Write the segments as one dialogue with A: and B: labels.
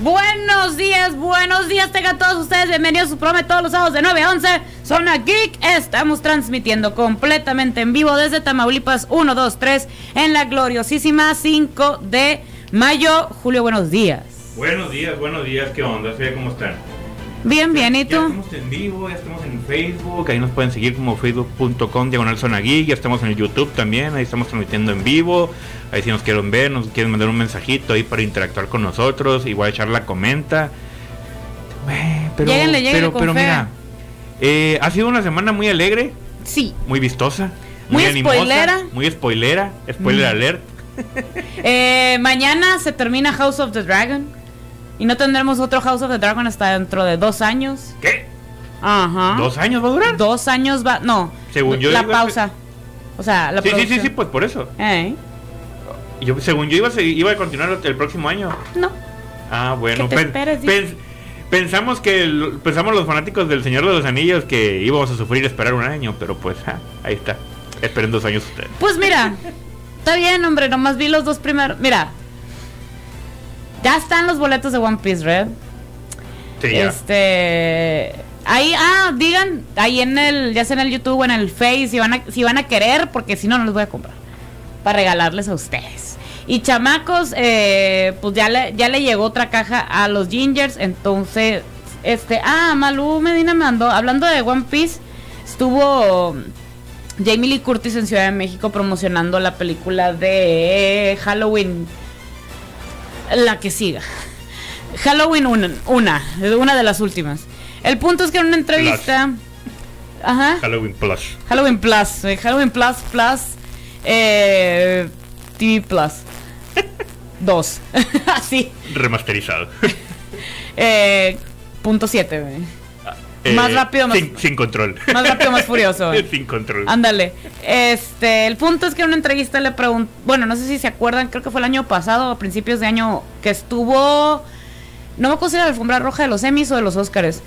A: buenos días, buenos días tengan todos ustedes. Bienvenidos a su programa de todos los sábados de 9 a 11. Zona Geek. Estamos transmitiendo completamente en vivo desde Tamaulipas 123 en la gloriosísima 5 de mayo. Julio, buenos días.
B: Buenos días, buenos días, ¿qué onda? Oye, ¿Cómo están?
A: Bien, bien, ¿y
B: Ya
A: tú?
B: estamos en vivo, ya estamos en Facebook, ahí nos pueden seguir como facebook.com diagonal zona geek, ya estamos en el YouTube también, ahí estamos transmitiendo en vivo, ahí si nos quieren ver, nos quieren mandar un mensajito ahí para interactuar con nosotros, igual echar la comenta. Eh, Pero,
A: Lléguenle, lléguenle
B: pero,
A: con
B: pero
A: fe.
B: mira, eh, ha sido una semana muy alegre,
A: Sí.
B: muy vistosa,
A: Muy
B: animosa,
A: spoilera. Mm.
B: muy spoilera, spoiler alert.
A: Eh, mañana se termina House of the Dragon. Y no tendremos otro House of the Dragon hasta dentro de dos años.
B: ¿Qué?
A: Ajá.
B: ¿Dos años va a durar?
A: Dos años va. No.
B: Según yo
A: La
B: iba a-
A: pausa. O sea, la
B: sí, sí, sí,
A: producción. Eh,
B: sí, pues por eso.
A: Ey,
B: Yo, según yo iba a, seguir- iba a continuar el próximo año.
A: no.
B: Ah, bueno,
A: ¿Qué te
B: pen-
A: esperas,
B: pen- pensamos que el- pensamos los fanáticos del Señor de los Anillos que íbamos a sufrir esperar un año, pero pues ja, ahí está. Esperen dos años ustedes.
A: Pues mira, está bien, hombre. Nomás vi los dos primeros. Mira. Ya están los boletos de One Piece Red.
B: Sí, ya.
A: Este. Ahí, ah, digan, ahí en el, ya sea en el YouTube o en el Face, si van a, si van a querer, porque si no, no los voy a comprar. Para regalarles a ustedes. Y chamacos, eh, pues ya le, ya le llegó otra caja a los Gingers, entonces, este, ah, Malú Medina me mandó, hablando de One Piece, estuvo Jamie Lee Curtis en Ciudad de México promocionando la película de Halloween, la que siga. Halloween una, una, una de las últimas. El punto es que en una entrevista... Ajá.
B: Halloween Plus.
A: Halloween Plus, eh, Halloween Plus Plus eh, TV Plus. Dos. Así.
B: Remasterizado.
A: Eh, punto siete. eh. güey. Más rápido, más-
B: Eh, Sin, sin control.
A: Más rápido, más furioso. güey.
B: sin control.
A: Ándale. Este, el punto es que en una entrevista le preguntó, bueno, no sé si se acuerdan, creo que fue el año pasado, a principios de año, que estuvo, no me acuerdo si era la alfombra roja de los Emmys o de los Oscars.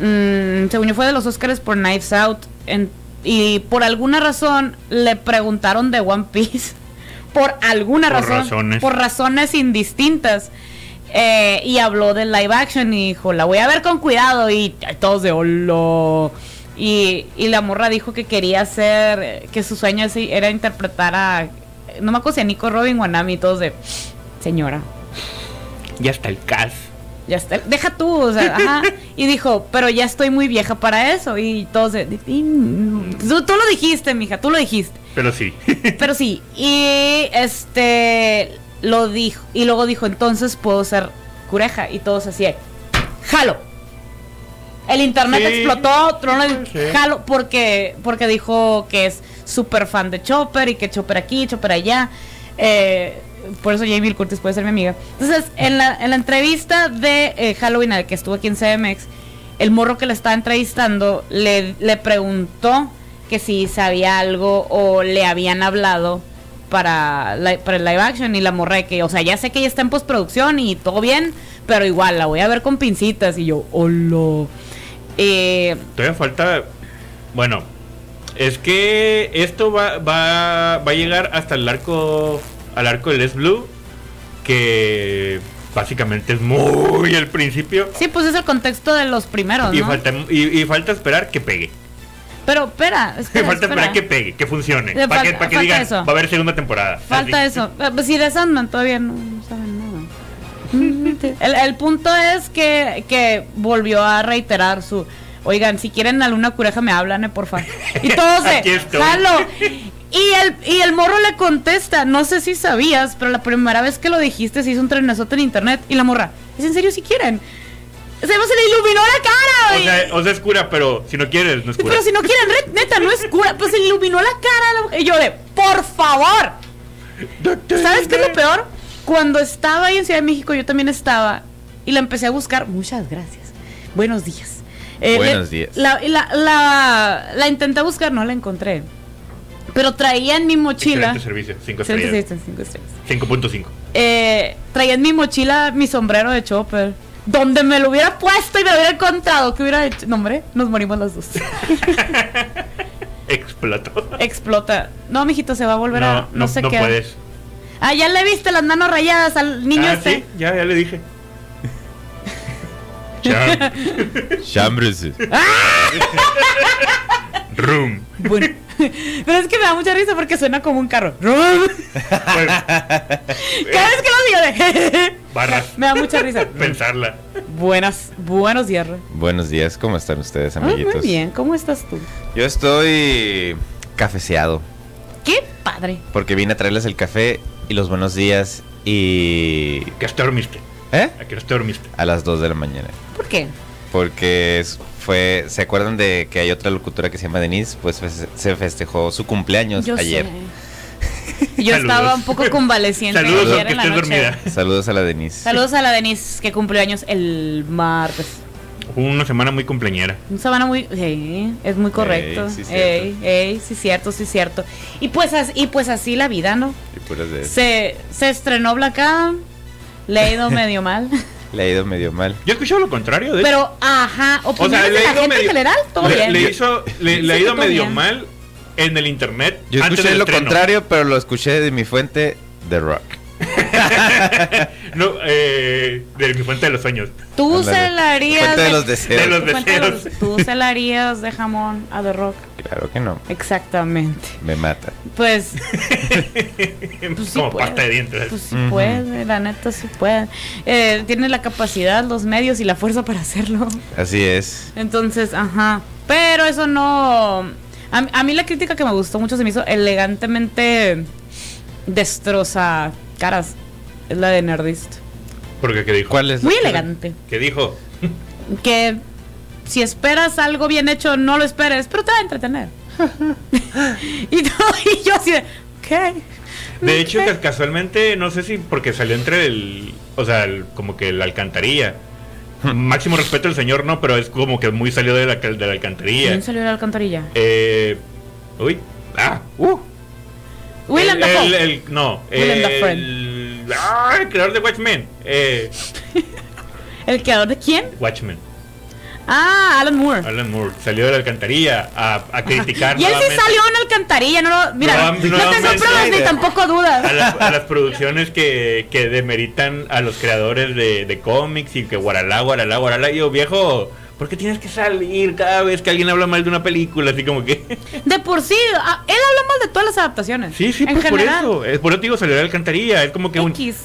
A: Mm, según yo fue de los Oscars por Knives Out. en- y por alguna razón le preguntaron de One Piece. Por alguna
B: Por
A: razón.
B: razones.
A: Por razones indistintas. Eh, y habló del live action y dijo, la voy a ver con cuidado. Y todos de hola. Y, y la morra dijo que quería hacer, eh, que su sueño así era interpretar a, no me acuerdo si a Nico Robin o a Nami, y todos de, señora,
B: Ya está el CAS.
A: ya está, deja tú, o sea, ajá. Y dijo, pero ya estoy muy vieja para eso. Y todos, de, de- mm, tú, tú lo dijiste, mija, tú lo dijiste.
B: Pero sí.
A: Pero sí, y este, lo dijo, y luego dijo, entonces puedo ser cureja. Y todos así, de, jalo. El internet
B: Sí.
A: explotó, tronó el
B: Sí.
A: jalo, porque, porque dijo que es súper fan de Chopper y que Chopper aquí, Chopper allá. Eh, por eso Jamie Lee Curtis puede ser mi amiga. Entonces, en la, en la entrevista de eh, Halloween, al que estuvo aquí en CMX, el morro que la estaba entrevistando le, le preguntó que si sabía algo o le habían hablado para, li- para el live action y la morra de que, o sea, ya sé que ya está en postproducción y todo bien, pero igual la voy a ver con pincitas y yo, hola. Eh,
B: Todavía falta. Bueno, es que esto va, va, va a llegar hasta el arco. Al arco del Les Blue. Que básicamente es muy el principio.
A: sí, pues es el contexto de los primeros,
B: Y,
A: ¿no?
B: falta, y, y falta esperar que pegue.
A: Pero espera, espera,
B: falta
A: espera.
B: esperar que pegue, que funcione.
A: Le
B: Para que,
A: falta-
B: pa' que
A: falta
B: digan,
A: eso.
B: va a haber segunda temporada.
A: Falta
B: Así.
A: eso. Eh, Pues si de Sandman todavía no, no saben nada. El, el punto es que, que volvió a reiterar su. Oigan, si quieren alguna cureja me hablan, eh, por favor. Y todos
B: Aquí
A: de,
B: estoy.
A: "Jalo". Y el, y el morro le contesta, no sé si sabías, pero la primera vez que lo dijiste se hizo un trenazote en internet. Y la morra, ¿es en serio si quieren? Se, se le iluminó la cara,
B: O
A: güey.
B: sea, o sea, es cura, pero si no quieres, no es cura.
A: Pero si no quieren, red, neta, no es cura. Pues se le iluminó la cara. la- Y yo de, por favor. ¿Sabes qué es lo peor? Cuando estaba ahí en Ciudad de México, yo también estaba. Y la empecé a buscar. Muchas gracias. Buenos días. Eh,
C: Buenos
A: le-
C: días.
A: La, la, la- la intenté buscar, no la encontré. Pero traía en mi mochila.
B: Excelente servicio, 5
A: Excelente
B: estrellas.
A: servicio, cinco estrellas.
B: 5.5.
A: Eh, traía en mi mochila mi sombrero de chopper. Donde me lo hubiera puesto y me lo hubiera encontrado, ¿qué hubiera hecho? No, hombre, nos morimos las dos.
B: Explotó.
A: Explota. No, mijito, se va a volver a. No, sé
B: no
A: qué.
B: puedes.
A: Ah, ya le viste las manos rayadas al niño
B: ah,
A: este.
B: sí, ya, ya le dije. Cham-
C: Chambres.
B: Room.
A: Ah, Bueno, pero es que me da mucha risa porque suena como un carro. Cada vez
B: Pues,
A: que lo digo de...
B: barras.
A: Me da mucha risa.
B: Pensarla.
A: Buenas, buenos cierres.
C: Buenos días, ¿cómo están ustedes,
A: Ah, muy
C: amiguitos?
A: bien, ¿cómo estás tú?
C: Yo estoy cafeceado
A: Qué padre.
C: porque vine a traerles el café y los buenos días y
B: ¿A ¿Qué hora te dormiste?
C: ¿eh?
B: ¿A qué hora te dormiste?
C: a las 2 de la mañana.
A: ¿Por qué?
C: Porque es- fue, ¿se acuerdan de que hay otra locutora que se llama Denise? Pues fes- se festejó su cumpleaños ayer.
A: sé. Yo estaba
B: Saludos.
A: un poco convaleciente
B: Saludos,
A: ayer
B: aunque
A: en la
B: estés
A: noche.
B: dormida.
C: Saludos a la Denise.
A: Saludos a la Denise que cumplió años el martes.
B: Fue una semana muy cumpleañera.
A: Un sabana muy. sí, es muy correcto.
C: sí, cierto.
A: Ey, ey, sí, cierto, sí, cierto. Y pues, as- y pues así la vida, ¿no?
C: Y puras de-
A: Se, se estrenó Black Adam, le ha ido medio mal.
C: Le ha ido medio mal.
B: Yo he escuchado lo contrario, de
A: Pero, ajá, opiniones de la
B: le ha ido
A: gente en
B: medio-
A: general, todo
B: le,
A: bien.
B: le hizo, le, le ha
A: Sí,
B: ido
A: todo
B: medio
A: bien.
B: mal en el internet.
C: Yo
B: antes
C: escuché
B: del
C: lo
B: estreno.
C: contrario, pero lo escuché de mi fuente, The Rock.
B: No, eh, de mi fuente de los sueños.
A: Tú
C: Ándale.
A: se la harías.
C: Fuente de los deseos.
B: de los
A: tu fuente de los-
B: deseos.
A: Tú se la harías de jamón a The Rock.
C: Claro que no,
A: Exactamente.
C: me mata.
A: Pues, sí
B: Como
A: puede.
B: pasta de dientes.
A: pues sí
C: Ujú.
A: puede, la neta sí puede. Eh, tiene la capacidad, los medios y la fuerza para hacerlo.
C: Así es.
A: Entonces, ajá. Pero eso no. A, a mí la crítica que me gustó mucho se me hizo elegantemente destroza caras. Es la de Nerdist.
B: Porque que dijo.
C: ¿Cuál es? la-
A: Muy elegante.
B: Que dijo.
A: Que si esperas algo bien hecho, no lo esperes, pero te va a entretener. y, no, y yo así de. ¿Qué?
B: De hecho,
A: Ok.
B: que casualmente, no sé si porque salió entre el. O sea, el- como que la alcantarilla. Máximo respeto al señor, no, pero es como que muy salido de la, cal- de la alcantarilla.
A: ¿Quién salió de la alcantarilla?
B: Eh, uy. Ah, uh.
A: Willem
B: el,
A: Dafoe.
B: el- el- No.
A: Willem
B: el,
A: Dafoe.
B: ah, el creador de Watchmen. Eh,
A: ¿El creador de quién?
B: Watchmen.
A: Ah, Alan Moore.
B: Alan Moore salió de la alcantarilla a, a criticar.
A: y él sí
B: nuevamente
A: salió a una alcantarilla, no lo, mira, no,
B: Nuevamente-
A: te
B: nuevamente.
A: sorprendas ni tampoco
B: A,
A: dudas.
B: las- a las producciones que, que demeritan a los creadores de, de cómics y que guaralá, guaralá, guaralá. Y Yo, viejo, ¿por qué tienes que salir cada vez que alguien habla mal de una película? Así como que.
A: De por sí, a- él habla mal de todas las adaptaciones.
B: Sí, sí,
A: en
B: pues por
A: general.
B: eso. Es por eso te digo, salió de la alcantarilla. Es como que un.
A: X.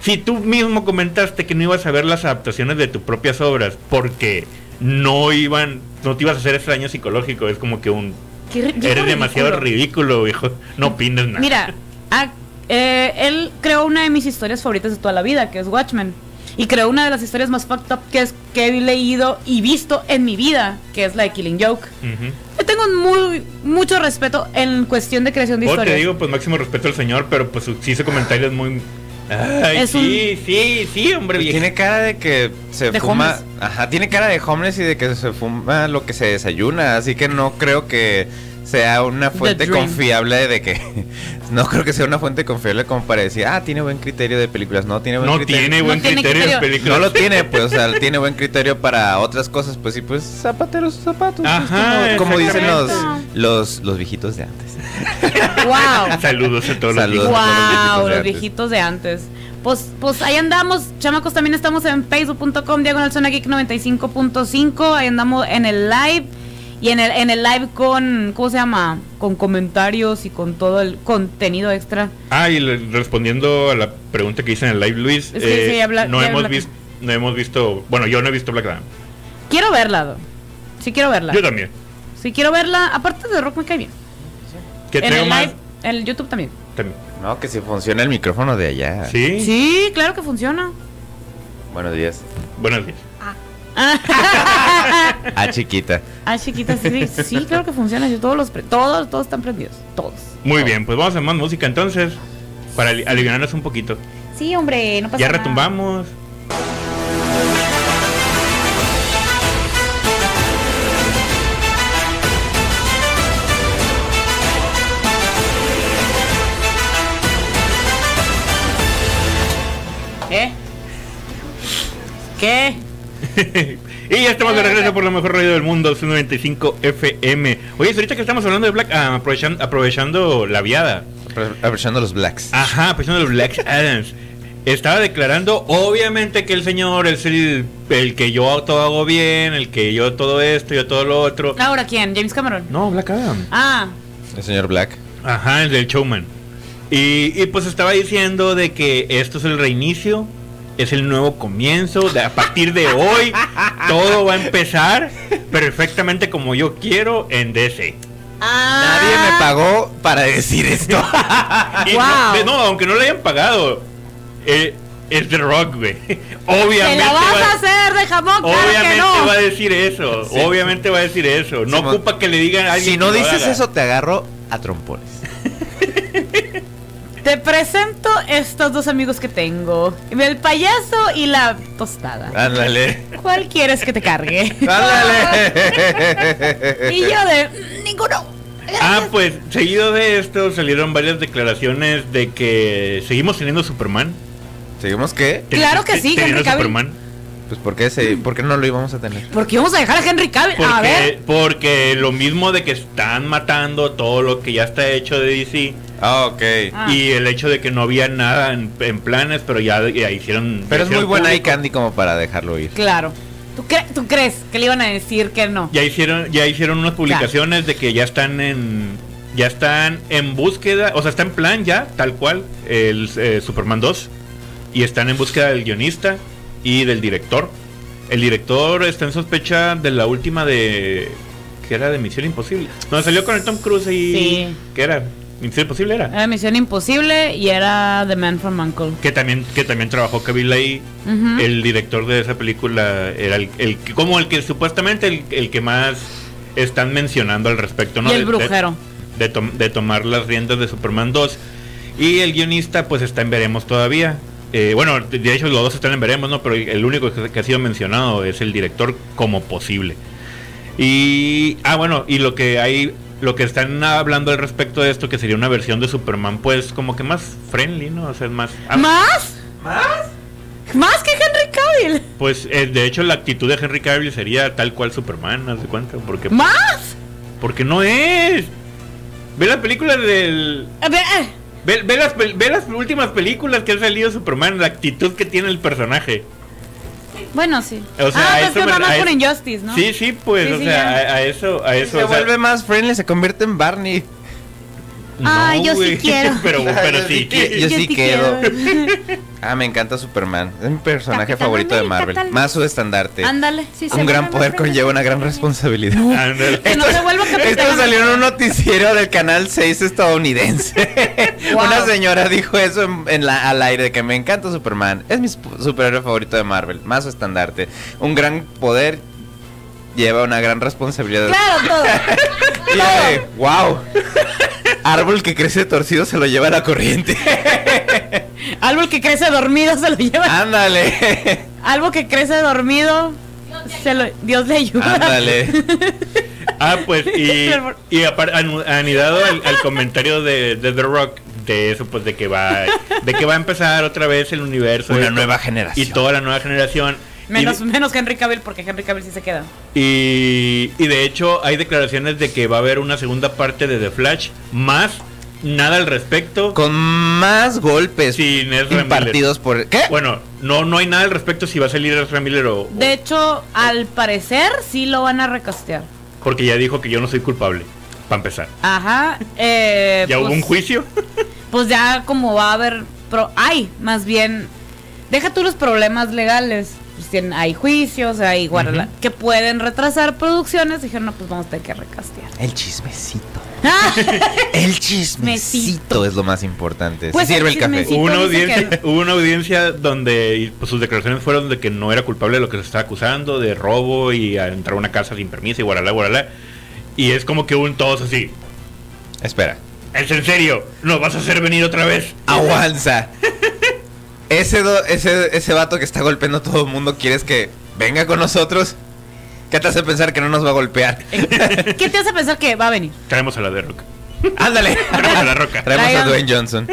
B: Si tú mismo comentaste que no ibas a ver las adaptaciones de tus propias obras porque no iban. No te ibas a hacer ese daño psicológico. Es como que un.
A: Qué ri- viejo
B: Eres demasiado
A: ridículo.
B: ridículo, viejo. No opines nada.
A: Mira, a- eh, él creó una de mis historias favoritas de toda la vida, que es Watchmen. Y creó una de las historias más fucked up que, es, que he leído y visto en mi vida, que es la de Killing Joke.
B: Ujú.
A: Le tengo muy, mucho respeto en cuestión de creación de
B: O te
A: historias.
B: digo, pues máximo respeto al señor, pero pues su- sí hizo comentarios muy. Ay,
A: Es
B: sí, sí, sí, hombre viejo.
C: Pues Tiene cara de que se
A: De
C: fuma.
A: homeless.
C: Ajá, tiene cara de homeless y de que se fuma lo que se desayuna. Así que no creo que sea una fuente
A: dream.
C: confiable de que. No creo que sea una fuente confiable como para decir, ah, tiene buen criterio de películas. No, tiene buen
B: No
C: criterio.
B: tiene
A: No
B: buen
A: tiene
B: criterio en
A: criterio.
B: películas.
C: No lo tiene, pues, o sea, tiene buen criterio para otras cosas, pues sí, pues zapateros zapatos. pues,
B: Ajá,
C: como, como dicen los,
A: exactamente.
C: los, los viejitos de antes.
A: ¡Wow!
B: Saludos a todos
C: Saludos.
B: los viejos.
A: Wow, los
C: Los viejitos de antes.
A: viejitos de antes. Pues, pues ahí andamos, chamacos, también estamos en facebook.com, diagonal zona geek 95.5, ahí andamos en el live y en el, en el live con, ¿cómo se llama? Con comentarios y con todo el contenido extra.
B: Ah, y le- respondiendo a la pregunta que hice en el live, Luis,
A: Es que
B: eh,
A: sí, ya habla-
B: no
A: ya
B: hemos
A: habla-
B: visto, no hemos visto, bueno, yo no he visto Black Adam.
A: Quiero verla, do. sí quiero verla.
B: Yo también.
A: Sí quiero verla, aparte de Rock me cae bien.
B: ¿Qué
A: en
B: traigo
A: el
B: más?
A: live, en el YouTube también.
B: También.
C: No, que si funciona el micrófono de allá.
B: ¿Sí?
A: Sí, claro que funciona.
C: Buenos días.
B: Buenos días.
C: Ah, chiquita.
A: ah, chiquita, sí, sí, claro que funciona. Yo todos los pre- todos, todos están prendidos, todos.
C: Ah.
B: Muy bien, pues vamos a más música entonces, para ali- aliviarnos un poquito.
A: Sí, hombre, no pasa
B: Ya
A: nada.
B: retumbamos.
A: ¿Eh? ¿Qué?
B: Y ya estamos de regreso por la mejor radio del mundo, 95 FM. Oye, es ahorita que estamos hablando de Black, ah, aprovechan- aprovechando la viada.
C: Aprovechando los blacks.
B: Ajá, aprovechando los Black Adams. Estaba declarando, obviamente, que el señor es el, el que yo todo hago bien, el que yo todo esto, yo todo lo otro.
A: Ahora, ¿quién? James Cameron.
B: No, Black Adam.
A: Ah,
C: El señor Black.
B: Ajá, el del showman. Y, y, pues estaba diciendo de que esto es el reinicio, es el nuevo comienzo, de, a partir de hoy todo va a empezar perfectamente como yo quiero en DC.
A: ah.
C: Nadie me pagó para decir esto.
B: Y
A: Wow.
B: no, no, aunque no le hayan pagado, eh, es The Rock, güey.
A: ¡Te
B: Obviamente.
A: la vas
B: va-
A: a hacer de jamón! ¡Claro
B: Obviamente
A: que no!
B: va a decir eso,
C: Sí.
B: obviamente va a decir eso. No
C: Sí, mo-
B: ocupa que le digan a alguien.
C: si
B: que
C: no
B: lo
C: dices
B: haga.
C: eso, te agarro a trompones.
A: Te presento estos dos amigos que tengo: el payaso y la tostada.
C: Ándale.
A: ¿Cuál quieres que te cargue?
C: Ándale.
A: y yo de. "Mm, ¡Ninguno!
B: Ah, pues seguido de esto salieron varias declaraciones de que seguimos teniendo Superman.
C: ¿Seguimos qué?
B: Ten-
A: Claro que
B: ten-
A: sí,
B: teniendo
A: Henry Cavill.
B: Superman.
C: Pues ¿por qué, se- por qué no lo íbamos a tener?
A: ¿Por qué vamos a dejar a Henry Cavill? A
B: Porque,
A: ver.
B: porque lo mismo de que están matando todo lo que ya está hecho de DC
C: Ah, ok.
A: Ah.
B: y el hecho de que no había nada en, en planes, pero ya, ya hicieron.
C: Pero
B: ya
C: es
B: hicieron
C: muy buena
B: público.
C: iCandy como para dejarlo ir.
A: Claro. ¿Tú, cre- ¿Tú crees que le iban a decir que no?
B: Ya hicieron, ya hicieron unas publicaciones de que ya están en. Ya están en búsqueda, o sea, está en plan ya, tal cual, el eh, Superman 2. Y están en búsqueda del guionista y del director. El director está en sospecha de la última de. que era de Misión Imposible. No, salió con el Tom Cruise y.
A: Sí. Ah.
B: que era? Misión Imposible era.
A: Era Misión Imposible y era The Man from Uncle.
B: Que también, que también trabajó Cavill ahí.
A: Ujú.
B: El director de esa película era el, el que- como el que supuestamente el, el que más están mencionando al respecto, ¿no?
A: y el
B: De- de-
A: brujero.
B: de, tom- de tomar las riendas de Superman 2. Y el guionista, pues está en veremos todavía. Eh, bueno, de- de hecho los dos están en veremos, ¿no? Pero el único que, que ha sido mencionado es el director como posible. Y. Ah, bueno, y lo que hay. Lo que están hablando al respecto de esto, que sería una versión de Superman, pues como que más friendly, ¿no? O sea, más. ah,
A: ¿Más? ¿Más? ¿Más que Henry Cavill?
B: Pues eh, de hecho la actitud de Henry Cavill sería tal cual Superman, ¿no se cuenta? Porque,
A: ¿Más?
B: porque no es. Ve la película del.
A: A ver, eh,
B: Ve, ve las, pel- ve las últimas películas que han salido de Superman, la actitud que tiene el personaje.
A: Bueno, sí.
B: O sea,
A: ah,
B: a
A: pues
B: eso
A: que
B: me-
A: nada
B: a
A: más por
B: eso-
A: Injustice, ¿no?
B: Sí, sí, pues,
A: Sí,
B: o
A: sí,
B: sea,
A: ya.
B: a, a eso, a eso.
C: se
B: o sea,
C: vuelve más friendly, se convierte en Barney.
A: Ay, yo sí
B: güey,
A: quiero.
B: Pero, pero sí,
C: Yo-
B: que-
C: yo sí
A: te
C: quedo.
A: quiero.
C: Ah, me encanta Superman. Es mi personaje
A: Capitán
C: favorito de
A: América,
C: Marvel.
A: tal vez.
C: Más su estandarte.
A: Ándale. Sí,
C: Este, Un gran poder conlleva una gran responsabilidad.
B: Ándale.
A: Que no se vuelva Capitán
C: esto
A: América.
C: salió en un noticiero del canal 6 estadounidense.
A: Wow.
C: Una señora dijo eso en, en la- al aire: que me encanta Superman. Es mi sup- superhéroe favorito de Marvel. Más su estandarte. Un gran poder lleva una gran responsabilidad.
A: Claro, todo.
C: Y yo de, wow. Árbol que crece torcido se lo lleva la corriente.
A: Árbol que crece dormido se lo lleva.
B: Ah.
C: Ándale.
A: Árbol que crece dormido. Se lo, Dios le ayuda.
C: Ándale.
B: Ah, pues, y, y apar- anu- anidado al, al comentario de, de The Rock, de eso, pues, de que va de que va a empezar otra vez el universo.
C: Una
B: y-
C: nueva generación.
B: Y toda la nueva generación. Y-
A: Menos, menos Henry Cavill, porque Henry Cavill sí se queda.
B: Y, y de hecho hay declaraciones de que va a haber una segunda parte de The Flash, más nada al respecto.
C: Con más golpes
B: sin Ezra Miller.
C: impartidos por. ¿Qué?
B: Bueno, no, no hay nada al respecto si va a salir Ezra Miller o... o-
A: De hecho, al parecer sí lo van a recastear.
B: Porque ya dijo que yo no soy culpable, para empezar.
A: Ajá. eh,
B: ¿Ya hubo
A: pues-
B: un juicio?
A: Pues ya como va a haber... Pro hay, más bien... Deja tú los problemas legales. Pues tienen- hay juicios, hay guarda
B: Ujú.
A: que pueden retrasar producciones. Dijeron, no, pues vamos a tener que recastear.
C: El chismecito.
A: Ah,
C: El chismecito es lo más importante.
A: Pues
C: Se sirve
A: el
C: el café.
A: chismecito. Sí,
B: hubo, una
A: pero dice
B: audiencia,
A: que-
B: hubo una audiencia donde y, pues, sus declaraciones fueron de que no era culpable de lo que se estaba acusando, de robo y a entrar a una casa sin permiso y guaralá, guaralá. Y es como que un todos así.
C: Espera.
B: Es en serio, nos vas a hacer venir otra vez.
C: Aguanza. Ese, do- ese, ese vato que está golpeando a todo el mundo, ¿quieres que venga con nosotros? ¿Qué te hace pensar que no nos va a golpear?
A: ¿Qué te hace pensar que va a venir?
B: Traemos a la de Rock.
C: Ándale.
B: Traemos a la roca.
C: Traemos a
A: Traigan-
C: Dwayne Johnson.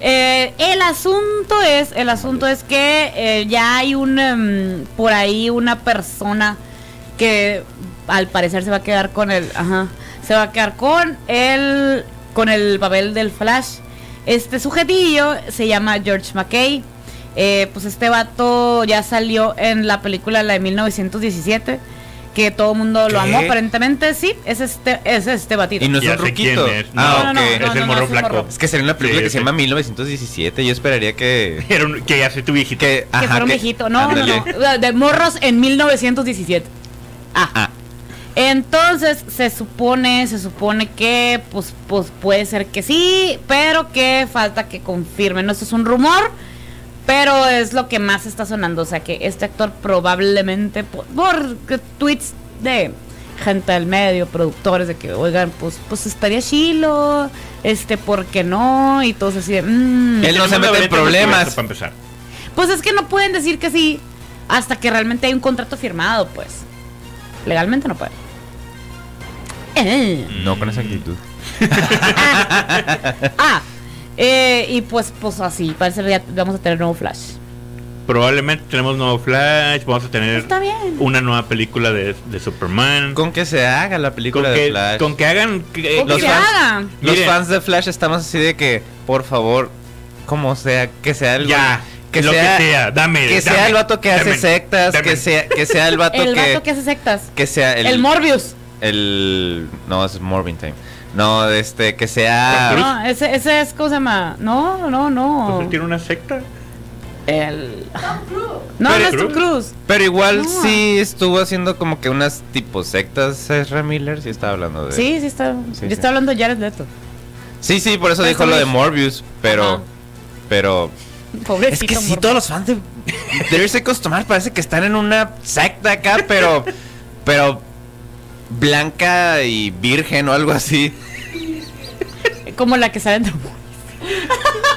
A: Eh, el asunto es, el asunto es que eh, ya hay un em, por ahí una persona que al parecer se va a quedar con el, ajá, se va a quedar con el, con el papel del Flash. Este sujetillo se llama George McKay Eh, pues este vato ya salió en la película la de 1917, que todo el mundo lo
C: ¿Qué?
A: amó aparentemente, sí, es este, es este batito.
C: Y no es
B: Ya
C: un
B: sé
C: ruquito.
B: quién es.
C: Ah,
A: No, no,
C: ok.
A: no,
B: Es el
A: no,
B: morro
A: es el
B: flaco.
A: morro.
C: Es que sería una película
B: Sí,
C: que se
B: sí.
C: llama 1917. Yo esperaría que.
B: Era un- que ya se tu viejito.
C: Que,
A: que fuera un viejito. No, no,
C: ándale.
A: no. De- De morros en 1917. Ah.
C: Ah.
A: Entonces, se supone, se supone que, pues, pues puede ser que sí, pero que falta que confirmen. Esto es un rumor, pero es lo que más está sonando. O sea, que este actor probablemente, por, por que tweets de gente del medio, productores, de que, oigan, pues, pues estaría chilo, este, ¿por qué no? Y todos así de, "Mm".
C: Él no
B: Tenemos
C: se mete
B: la
C: en
B: vareta
C: problemas.
B: nuestra, Para empezar.
A: Pues es que no pueden decir que sí hasta que realmente hay un contrato firmado, pues. Legalmente no pueden. Eh.
C: No, con esa actitud.
A: Ah, eh, y pues, pues así, parece que ya vamos a tener nuevo Flash.
B: Probablemente tenemos nuevo Flash, vamos a tener
A: Está bien.
B: una nueva película de, de Superman.
C: Con que se haga la película de
B: que,
C: Flash.
B: Mm. con que hagan... que-
A: Con
C: Eh, los
A: que se
C: fans-
A: haga.
C: Los
B: Miren.
C: fans de Flash estamos así de que, por favor, como sea, que sea el
B: Ya,
C: que
B: lo
C: sea,
B: que sea, dame.
C: que sea
B: dame,
C: el vato que hace
B: dame,
C: sectas,
B: dame.
C: que sea, que sea el vato
A: El
C: que,
A: vato que hace sectas.
C: que sea
A: El,
C: el,
A: Morbius.
C: el- no es Morbin Time, no este que
B: Tom
C: sea
B: Cruise.
A: No, ese, ese es, ¿cómo se llama? No, no,
B: Pues
A: no.
B: él tiene una secta.
A: El... No, no
B: Pero-
A: es Tom Cruise.
C: pero igual
A: No.
C: sí estuvo haciendo como que unas tipo sectas Ezra Miller sí estaba hablando de
A: Sí, sí está.
C: Sí,
A: yo
C: sí.
A: estoy hablando de Jared Leto.
C: sí sí por eso
A: Pero
C: dijo lo de
A: también-
C: Morbius pero
A: Ajá.
C: pero Es
A: Pobrecito.
C: que sí,
A: Morbius.
C: todos los fans de Deberse Costomar parece que están en una secta acá, pero. Pero. Blanca y virgen o algo así.
A: Como la que sale en Tom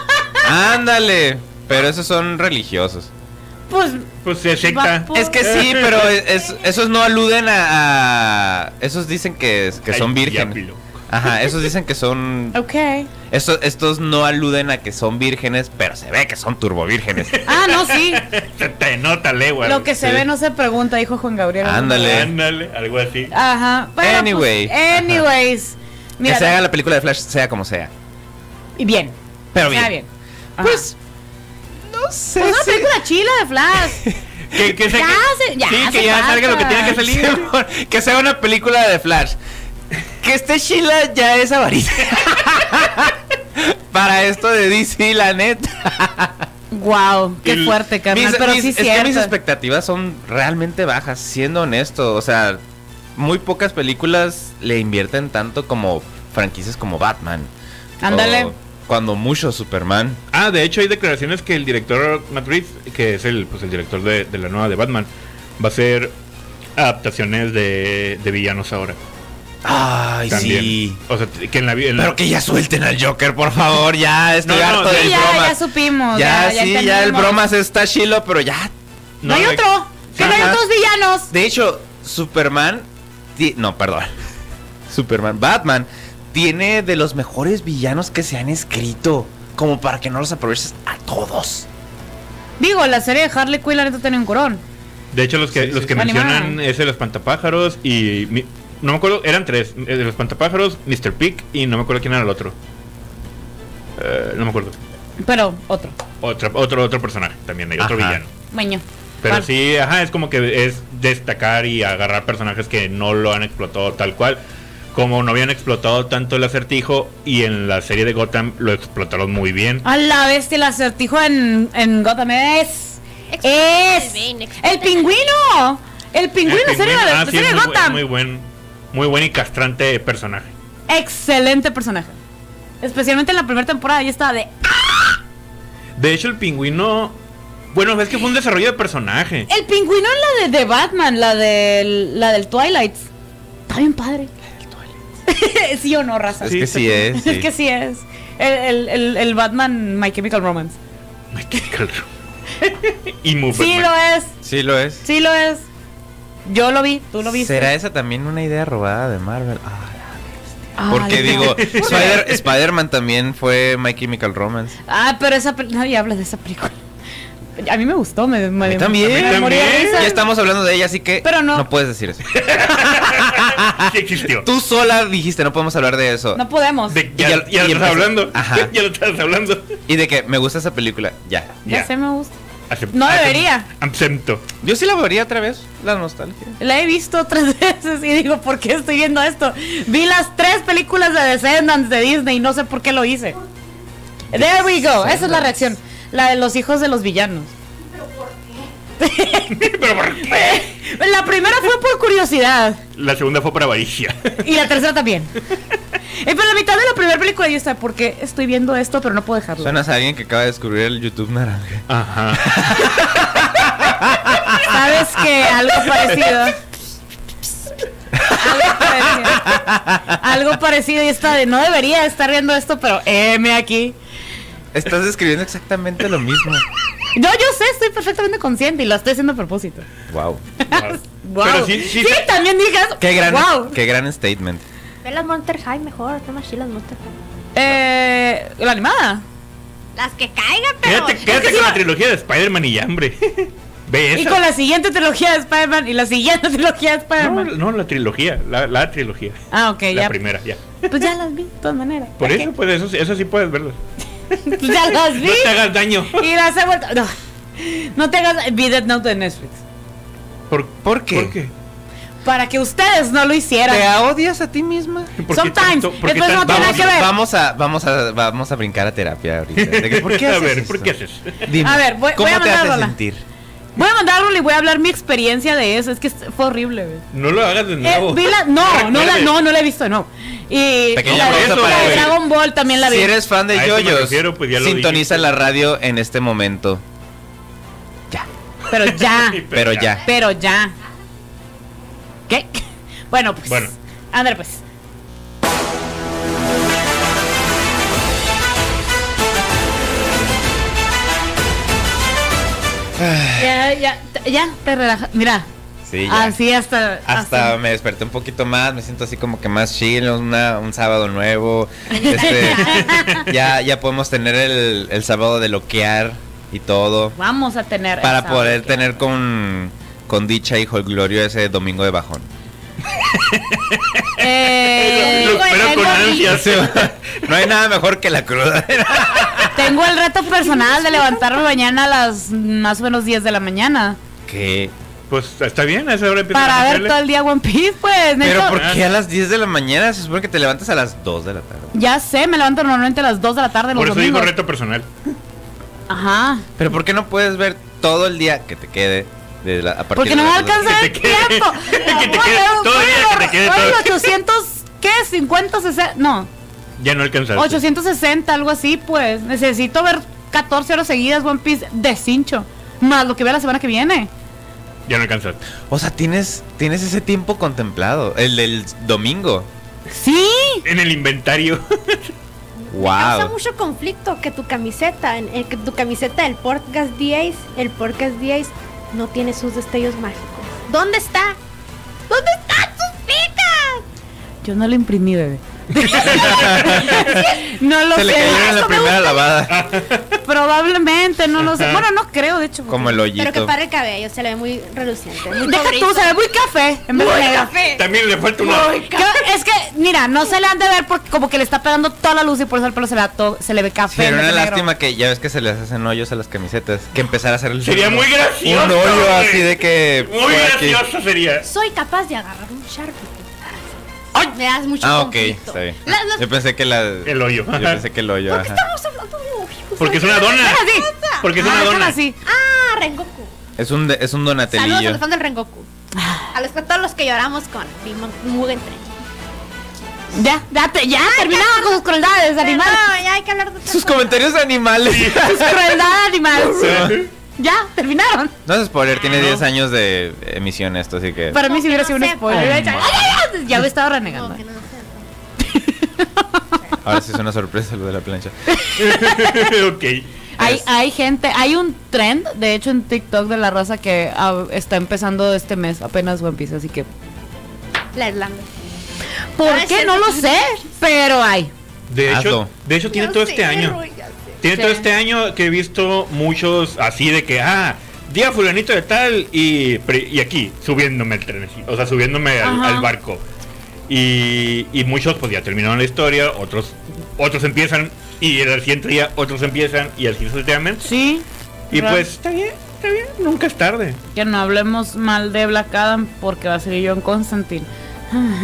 C: Ándale. Pero esos son religiosos.
A: Pues
B: Pues es secta.
A: Va por-
C: Es que sí, pero es- esos no aluden a. a- esos dicen que, que son
B: Ay,
C: virgen.
B: diablo.
C: Ajá, esos dicen que son.
A: Ok.
C: Estos, estos no aluden a que son vírgenes, pero se ve que son turbovírgenes.
A: Ah, no, sí.
B: Se te nota legua.
A: Lo que se
C: sí.
A: ve no se pregunta, dijo Juan Gabriel.
C: Ándale.
B: Ándale, algo así.
A: Ajá. pero,
C: Anyway.
A: pues, anyways. Mira.
C: que se haga la película de Flash, sea como sea.
A: Y bien.
C: Pero
A: Está
C: bien.
A: bien. Ajá.
C: Pues. No sé.
A: Pues una
C: si-
A: película chila de Flash.
B: Que, que se-
A: Ya
B: que-
A: se- ya
B: sí,
A: hace
B: que ya salga lo que
A: falta.
B: tiene que salir.
C: Simón, que sea una película de Flash. Que esté Sheila ya es avaricia. Para esto de DC, la neta.
A: wow, qué
B: Y-
A: fuerte, carnal.
C: Mis-
A: pero
C: mis-
A: sí
C: es
A: es
C: que mis
A: cierto.
C: expectativas son realmente bajas, siendo honesto. O sea, muy pocas películas le invierten tanto como franquicias como Batman.
A: Ándale.
C: O Cuando mucho Superman.
B: Ah, de hecho hay declaraciones que el director Matt Reeves, que es el, pues, el director de, de la nueva de Batman, va a hacer adaptaciones de, de villanos ahora.
C: Ay,
B: También.
C: sí.
B: O sea, que en la, vi- en la-
C: Pero que ya suelten al Joker, por favor. Ya estoy
B: No, no,
C: harto
B: sí,
A: Sí,
C: del
A: ya,
C: broma.
A: ya supimos.
C: Ya, sí, ya el
A: entendimos.
C: bromas está chilo, pero ya.
A: No, hay
B: la-
A: otro. Que no hay
C: eh, Ajá.
A: otros villanos.
C: De hecho, Superman. ti- No, perdón. Superman. Batman tiene de los mejores villanos que se han escrito. Como para que no los aproveches a todos.
A: Digo, la serie de Harley Quinn, la neta, tenía un corón.
B: De hecho, los que,
C: Sí,
B: los
C: sí,
B: que
A: sí.
B: mencionan
A: Animal.
B: es el espantapájaros y. mi- no me acuerdo, eran tres: eh, el espantapájaros, Mr. Pig y no me acuerdo quién era el otro. Eh, no me acuerdo.
A: Pero otro.
B: Otra, otro, otro personaje también, hay otro
C: Ajá.
B: villano.
A: Bueno.
B: Pero
A: ¿cuál?
B: sí, ajá, es como que es destacar y agarrar personajes que no lo han explotado tal cual. Como no habían explotado tanto el acertijo y en la serie de Gotham lo explotaron muy bien.
A: A la bestia, el acertijo en, en Gotham es.
D: Explótame
A: Es.
D: bien, explótame.
A: ¡El pingüino! El pingüino, sería
B: El
A: serie,
B: pingüino, ah, sí,
A: serie
B: es
A: de
B: muy bu-
A: Gotham.
B: Muy buen, muy buen y castrante personaje.
A: Excelente personaje. Especialmente en la primera temporada, yo estaba de. ¡Ah!
B: De hecho, el pingüino. Bueno, es que fue un desarrollo de personaje.
A: El pingüino en la de, de Batman, la del, la del Twilight. Está bien padre. sí o no, raza.
C: Es que sí es.
A: Es que sí es. El, el- el- el Batman My Chemical Romance.
B: My Chemical Romance. y muy
A: Sí lo es.
C: Sí lo es.
A: Sí lo es. Yo lo vi, tú lo viste.
C: ¿Será esa también una idea robada de Marvel? Ah,
A: Ah,
C: porque
A: no.
C: digo, Spider- Spider-Man también fue My Chemical Romance.
A: Ah, pero esa pel- nadie habla de esa película. A mí me gustó, me, me-
C: A mí también.
A: me
B: A mí
A: morí de
B: también.
A: risa.
C: Ya estamos hablando de ella, así que
A: Pero no.
C: no puedes decir eso.
B: Sí existió.
C: Tú sola dijiste, no podemos hablar de eso.
A: No podemos.
B: De-
C: Y
B: ya,
C: ya-
B: ya lo
C: y empezó.
B: estás hablando.
C: Ajá.
B: Ya lo estás hablando.
C: Y de que me gusta esa película, ya.
A: ya,
B: ya.
A: sé, me gusta.
B: Acep-
A: No
B: acep-
A: debería.
B: Acepto.
C: Yo sí la vería otra vez, la nostalgia.
A: La he visto tres veces y digo, ¿por qué estoy viendo esto? Vi las tres películas de Descendants de Disney y no sé por qué lo hice. There we go. Esa es la reacción. La de los hijos de los villanos.
B: Pero ¿por qué?
A: La primera fue por curiosidad
B: La segunda fue para avaricia.
A: y la tercera también. Eh, Pero la mitad de la primera película yo estaba, ¿por qué estoy viendo esto pero no puedo dejarlo?
C: Suenas a alguien que acaba de descubrir el YouTube naranja.
B: Ajá.
A: ¿Sabes que Algo parecido. Algo parecido. Algo parecido y esta de no debería estar viendo esto, pero M aquí.
C: Estás describiendo exactamente lo mismo.
A: No, yo sé, estoy perfectamente consciente y lo estoy haciendo a propósito.
C: Wow.
A: Wow.
B: Pero sí, sí, sí.
A: también digas.
C: Qué gran,
A: Wow.
C: qué gran statement.
D: Ve las Monster High mejor, no más chilas Monster High.
A: Eh, la animada.
D: Las que caigan, pero.
B: Quédate, quédate
A: que
B: con
A: sí
B: la
A: va-
B: trilogía de Spider-Man y hambre. Ve
A: Y
B: esa.
A: con la siguiente trilogía de Spider-Man y la siguiente trilogía de
B: No,
A: Spider-Man.
B: no, la trilogía. La, la trilogía.
A: Ah, ok,
B: la
A: ya.
B: primera, ya.
A: Pues ya las vi, de todas maneras.
B: Por
A: ¿Ya
B: eso, pues eso, sí- eso sí puedes verlo.
A: qué? Pues ya las
B: No
A: vi.
B: te hagas daño.
A: y las he vuelto. No, no te hagas. Vi Death Note de Netflix.
B: ¿Por,
C: ¿Por qué?
B: ¿Por qué?
A: Para que ustedes no lo hicieran.
C: ¿Te odias a ti misma?
B: ¿Por qué
A: Sometimes.
B: tanto- por qué
A: Entonces no
B: tanto-
A: tiene nada
C: Vamos,
A: que ver.
C: vamos a, vamos a, vamos a brincar a terapia ahorita. De que, ¿Por qué
B: a
C: haces
B: ver,
C: esto?
B: ¿por qué haces?
C: Dime,
A: A ver, voy- voy
C: ¿cómo
A: a
C: te hace
A: mandarla.
C: sentir?
A: Voy a mandarlo y voy a hablar mi experiencia de eso. Es que fue horrible, güey.
B: No lo hagas de
A: Eh,
B: nuevo.
A: vi la- no, no la,
B: Recuerdes.
A: no, no la he visto, no. Y la,
C: Pequeña
A: de-
B: pausa para
A: la de
B: ver.
A: Dragon Ball también la vi.
C: Si eres fan de
B: A eso me
C: yoyos,
B: refiero, pues ya lo
C: sintoniza
B: dijiste.
C: la radio en este momento. Ya.
A: Pero ya,
C: Pero ya.
A: pero ya. ¿Qué? Bueno, pues.
B: Bueno.
A: André, pues. Ya, ya, ya, te relajas. Mira,
C: Sí, ya.
A: así hasta.
C: Hasta
A: así.
C: me desperté un poquito más, me siento así como que más chill, una- un sábado nuevo. Este, ya, ya podemos tener el, el sábado de loquear y todo.
A: Vamos a tener.
C: Para
A: esa-
C: poder tener con, con dicha y glorio ese domingo de bajón.
A: Eh,
B: Lo espero con
A: tengo-
B: ansias.
C: Sí, no hay nada mejor que la cruda.
A: Tengo el reto personal de levantarme mañana a las más o menos 10 de la mañana.
C: ¿Qué?
B: Pues está bien, a esa hora empieza
A: Para
B: la
A: ver
B: tele.
A: todo el día One Piece, pues.
C: Pero
A: necesito-
C: ¿por qué a las 10 de la mañana? Se supone que te levantas a las 2 de la tarde.
A: Ya sé, me levanto normalmente a las 2 de la tarde los
B: Por eso digo
A: domingos.
B: reto personal.
A: Ajá.
C: Pero ¿por qué no puedes ver todo el día que te quede? De la, a partir
A: Porque
C: de
A: no me
C: las dos?
A: alcanza
B: Que
A: el
B: te quede-
A: tiempo.
B: que te quede todo el día, que te quede todo.
A: 800, ¿qué? 50, 60, no,
B: Ya no alcanzaste.
A: 860, algo así, pues. Necesito ver 14 horas seguidas One Piece de cincho. Más lo que vea la semana que viene.
B: Ya no alcanzaste.
C: O sea, tienes, tienes ese tiempo contemplado, el del domingo.
A: Sí.
B: En el inventario.
D: Causa
C: Wow.
D: mucho conflicto que tu camiseta, en- eh, que tu camiseta del Podcast 10, el Podcast 10 no tiene sus destellos mágicos. ¿Dónde está? ¿Dónde están sus picas?
A: Yo no lo imprimí, bebé. no lo
C: Se le
A: sé.
C: cayeron en la
D: eso me
C: primera lavada,
A: Probablemente, no lo sé. Bueno, no creo, de hecho. porque-
C: como el
D: Pero que
C: hoyito.
D: para el cabello, se le ve muy reluciente. Muy
A: Deja tú, se ve muy café. En vez de negro.
B: También le falta una.
A: Que- Es que, mira, no se le han de ver porque como que le está pegando toda la luz y por eso el pelo se le, da todo- se le ve café. en
C: Sería
A: vez
C: una
A: de negro.
C: lástima que ya ves que se les hacen hoyos a las camisetas, que empezar a hacer el
B: Sería muy gracioso.
C: un hoyo
B: güey.
C: así de que
B: Muy
C: por aquí.
B: gracioso sería.
D: Soy capaz de agarrar un Sharpie. Ay, me das mucho
C: Ah, ok,
D: conflicto.
C: está bien.
D: Las- las-
C: Yo pensé que la
B: El hoyo.
C: Yo pensé que el hoyo.
D: ¿Por qué
C: ajá.
D: estamos hablando de ojos?
B: Porque es una dona.
A: Déjala así.
B: Porque es
A: Ah,
B: una
A: déjala
B: dona.
A: así.
D: Ah, Rengoku.
C: Es un de- es un
D: Saludos a
C: donatelillo.
D: los fans del Rengoku.
A: Ah.
D: A, los, a todos los que lloramos con Demon- Mugen Train.
A: Ya, ya, te- ya terminaba con sus crueldades, animal.
D: No, ya hay que hablar de otra
C: Sus
D: cosa.
C: comentarios de animales.
A: Sus crueldades, animal.
C: Sí.
A: Ya, terminaron.
C: No es spoiler, tiene
D: Ah,
B: No.
C: 10 años de emisión esto, así que
A: Para mí si hubiera sido un
D: No sé,
A: spoiler. Ya, ya, ya me estaba
D: No,
A: renegando.
D: que no sé.
C: ahora sí es una sorpresa lo de la plancha.
B: ok.
A: Hay, hay gente, hay un trend, de hecho, en TikTok de la raza que ah, está empezando este mes apenas One Piece, así que...
D: La Irlanda.
A: ¿Por
D: Ah, es
A: qué?
D: cierto.
A: No lo sé, pero hay.
B: De hecho,
C: Hazlo.
B: de hecho tiene
D: Ya
B: todo
D: sé,
B: este año.
D: Roy, ya sé.
B: Tiene
A: Sí.
B: todo este año que he visto muchos así de que, ah, día fulanito de tal y, pre- y aquí, subiéndome al tren, así, o sea, subiéndome al,
A: Ajá.
B: al barco. Y, y muchos pues ya terminaron la historia, otros otros empiezan y el siguiente día otros empiezan y así sucesivamente.
A: Sí.
B: Y
A: Ram-
B: pues, está bien, está bien, nunca es tarde.
A: Que no hablemos mal de Black Adam porque va a ser John Constantine.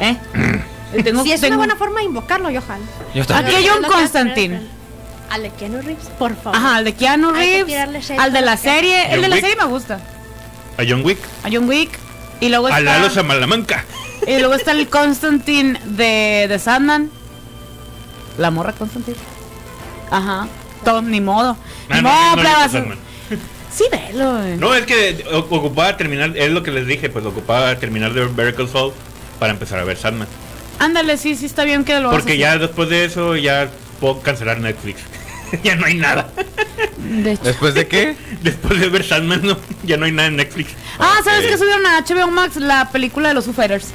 A: ¿Eh? Tengo-
D: si es
A: tengo-
D: una buena forma de invocarlo, Johan.
C: Yo
A: ¿A
C: también.
A: qué John
D: Pero-
A: Constantine?
D: Ale Keanu Reeves, por favor.
A: Ajá, al de Keanu
D: Hay que tirarle
A: Reeves,
D: shade
A: al de
D: a
A: la
D: Black Adam.
A: serie. El
B: John
A: de la
B: Wick.
A: serie me gusta.
B: A John Wick,
A: A John Wick. Y luego
B: a Lalo
A: Pues está,
B: Samalamanca.
A: y luego está el Constantine de, de Sandman. La morra Constantine. Ajá. Todo, ni modo.
B: Ah,
A: Ni
B: no,
A: modo,
B: no, no,
A: plebas.
B: no, no, no.
A: Sí, velo. eh. güey.
B: No, es que o- ocupaba terminar, es lo que les dije, pues ocupaba terminar de ver Veracruz Fall para empezar a ver Sandman.
A: Ándale, sí, sí está bien que lo hagas
B: Porque
A: así.
B: ya después de eso ya puedo cancelar Netflix. ya no hay nada.
A: De hecho.
C: ¿Después de qué?
B: Después de ver Sandman no, ya no hay nada en Netflix.
A: Ah, ¿sabes
C: Ok.
A: que subieron a HBO Max la película de los Fighters?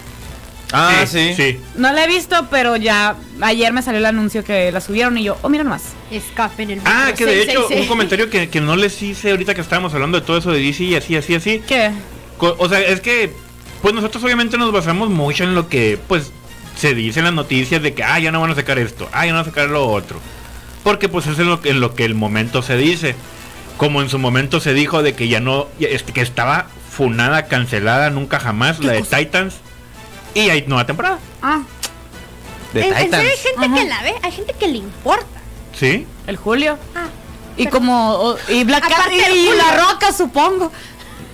C: Ah, sí.
B: Sí.
A: No la he visto, pero ya ayer me salió el anuncio que la subieron y yo, oh, mira nomás.
D: Escape en el
B: Ah,
D: metro,
B: que de
D: seis,
B: hecho,
D: seis,
B: un
D: seis.
B: comentario que, que no les hice ahorita que estábamos hablando de todo eso de DC y así, así, así.
A: ¿Qué?
B: Co- O sea, es que, pues nosotros obviamente nos basamos mucho en lo que, pues, se dice en las noticias de que, ah, ya no van a sacar esto, ah, ya no van a sacar lo otro. Porque, pues, es en lo, que- en lo que el momento se dice. Como en su momento se dijo de que ya no, ya- es- que estaba funada, cancelada, nunca jamás, la de Titans. Y hay nueva temporada.
A: Ah,
C: De
D: En- en serio,
C: Titans.
D: hay gente
A: Ajá.
D: que la ve, hay gente que le importa.
B: ¿Sí?
A: el Julio.
D: Ah,
A: Y
D: pero-
A: como, o- y Black Cat
D: Aparte
A: y,
D: del
A: y
D: Julio.
A: La Roca, supongo.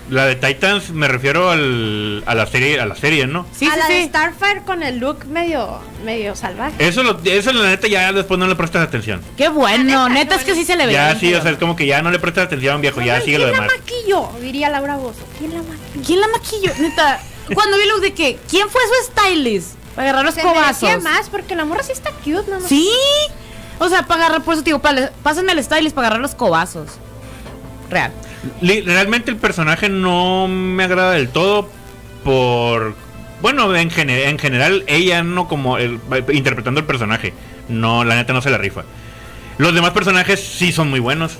B: La de Titans me refiero al, a la serie, a la serie, ¿no?
A: Sí,
D: a
A: sí,
D: la de
A: sí.
D: Starfire con el look medio, medio salvaje.
B: Eso, lo, eso la neta ya después no le prestas atención.
A: Qué bueno,
D: La Ah, neta,
A: neta,
D: qué
A: es que
D: bueno.
A: sí se le ve.
B: Ya
A: bien,
B: sí,
A: pero-
B: o sea, es como que ya no le prestas atención, viejo, pues ya
D: Oigan,
B: sigue
D: ¿Quién
B: lo demás.
D: la maquilló? Diría Laura Bozo. ¿Quién la maquilló?
A: ¿Quién la maquilló? Neta, cuando vi lo de que, ¿quién fue su stylist? Para agarrar los
D: Se
A: cobazos.
D: merecía más porque la morra sí está cute, no, no.
A: Sí. O sea, para agarrar, por eso te digo, pa- pásenme el stylist para agarrar los cobazos. Real.
B: Li- Realmente el personaje no me agrada del todo por... Bueno, en, gene- en general ella no como... el- interpretando el personaje. No, la neta no se la rifa. Los demás personajes sí son muy buenos.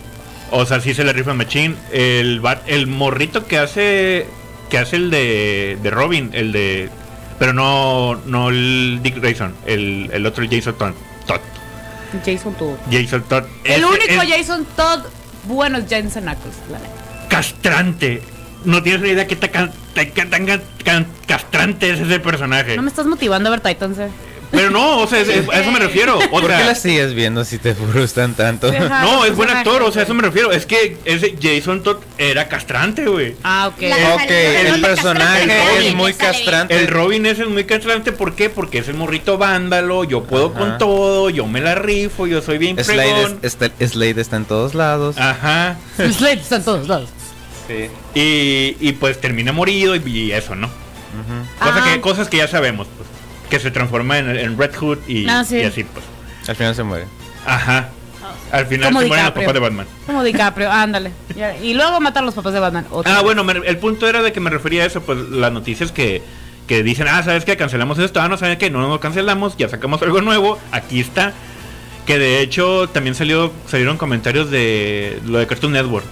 B: O sea, sí se la rifa Machine. El, va- el morrito que hace... Que hace el de, de Robin, el de... Pero no, no el Dick Grayson, el, el otro Jason Todd. Todd.
A: Jason Todd.
B: Jason Todd.
A: El
B: Ese
A: único
B: es-
A: Jason Todd bueno es Jensen Ackles, la neta.
B: castrante. No tienes ni idea qué tan, can- tan- tan- tan- tan- tan castrante es ese personaje.
A: No me estás motivando a ver Titans. eh.
B: Pero no, o sea, es- es- a eso me refiero. O
C: ¿Por
B: sea,
C: qué las sigues viendo si te frustran tanto?
A: Deja-
B: no, es buen
A: personaje,
B: actor, o sea, a
A: güey.
B: eso me refiero. Es que ese Jason Todd era castrante, güey.
A: Ah, ok.
D: La-
C: Ok, el
D: El
C: personaje es
B: Robin.
C: muy castrante.
B: El Robin ese es muy castrante, ¿por qué? Porque es el morrito vándalo, yo puedo
C: Ajá.
B: con todo, yo me la rifo, yo soy bien
C: Slade,
B: fregón.
C: es- está, Slade está en todos lados.
B: Ajá.
A: Slade está en todos lados.
C: Ah, sí.
B: Y, y pues termina morido y, y eso, ¿no?
A: Ah.
B: Cosa que, cosas que ya sabemos, pues. Que se transforma en, en Red Hood y,
A: Ah, sí.
B: y así, pues.
C: Al final se muere.
B: Ajá. Al final
A: Como
B: se mueren los
A: DiCaprio.
B: papás de Batman.
A: Como DiCaprio, ándale. Ya, Y luego matar a los papás de Batman. Otra
B: Ah,
A: vez.
B: bueno, me- el punto era de que me refería a eso, pues las noticias que, que dicen, ah, ¿sabes qué? Cancelamos esto, ah, no, ¿sabes qué? No lo cancelamos, ya sacamos algo nuevo, aquí está. Que de hecho también salió, salieron comentarios de lo de Cartoon Network,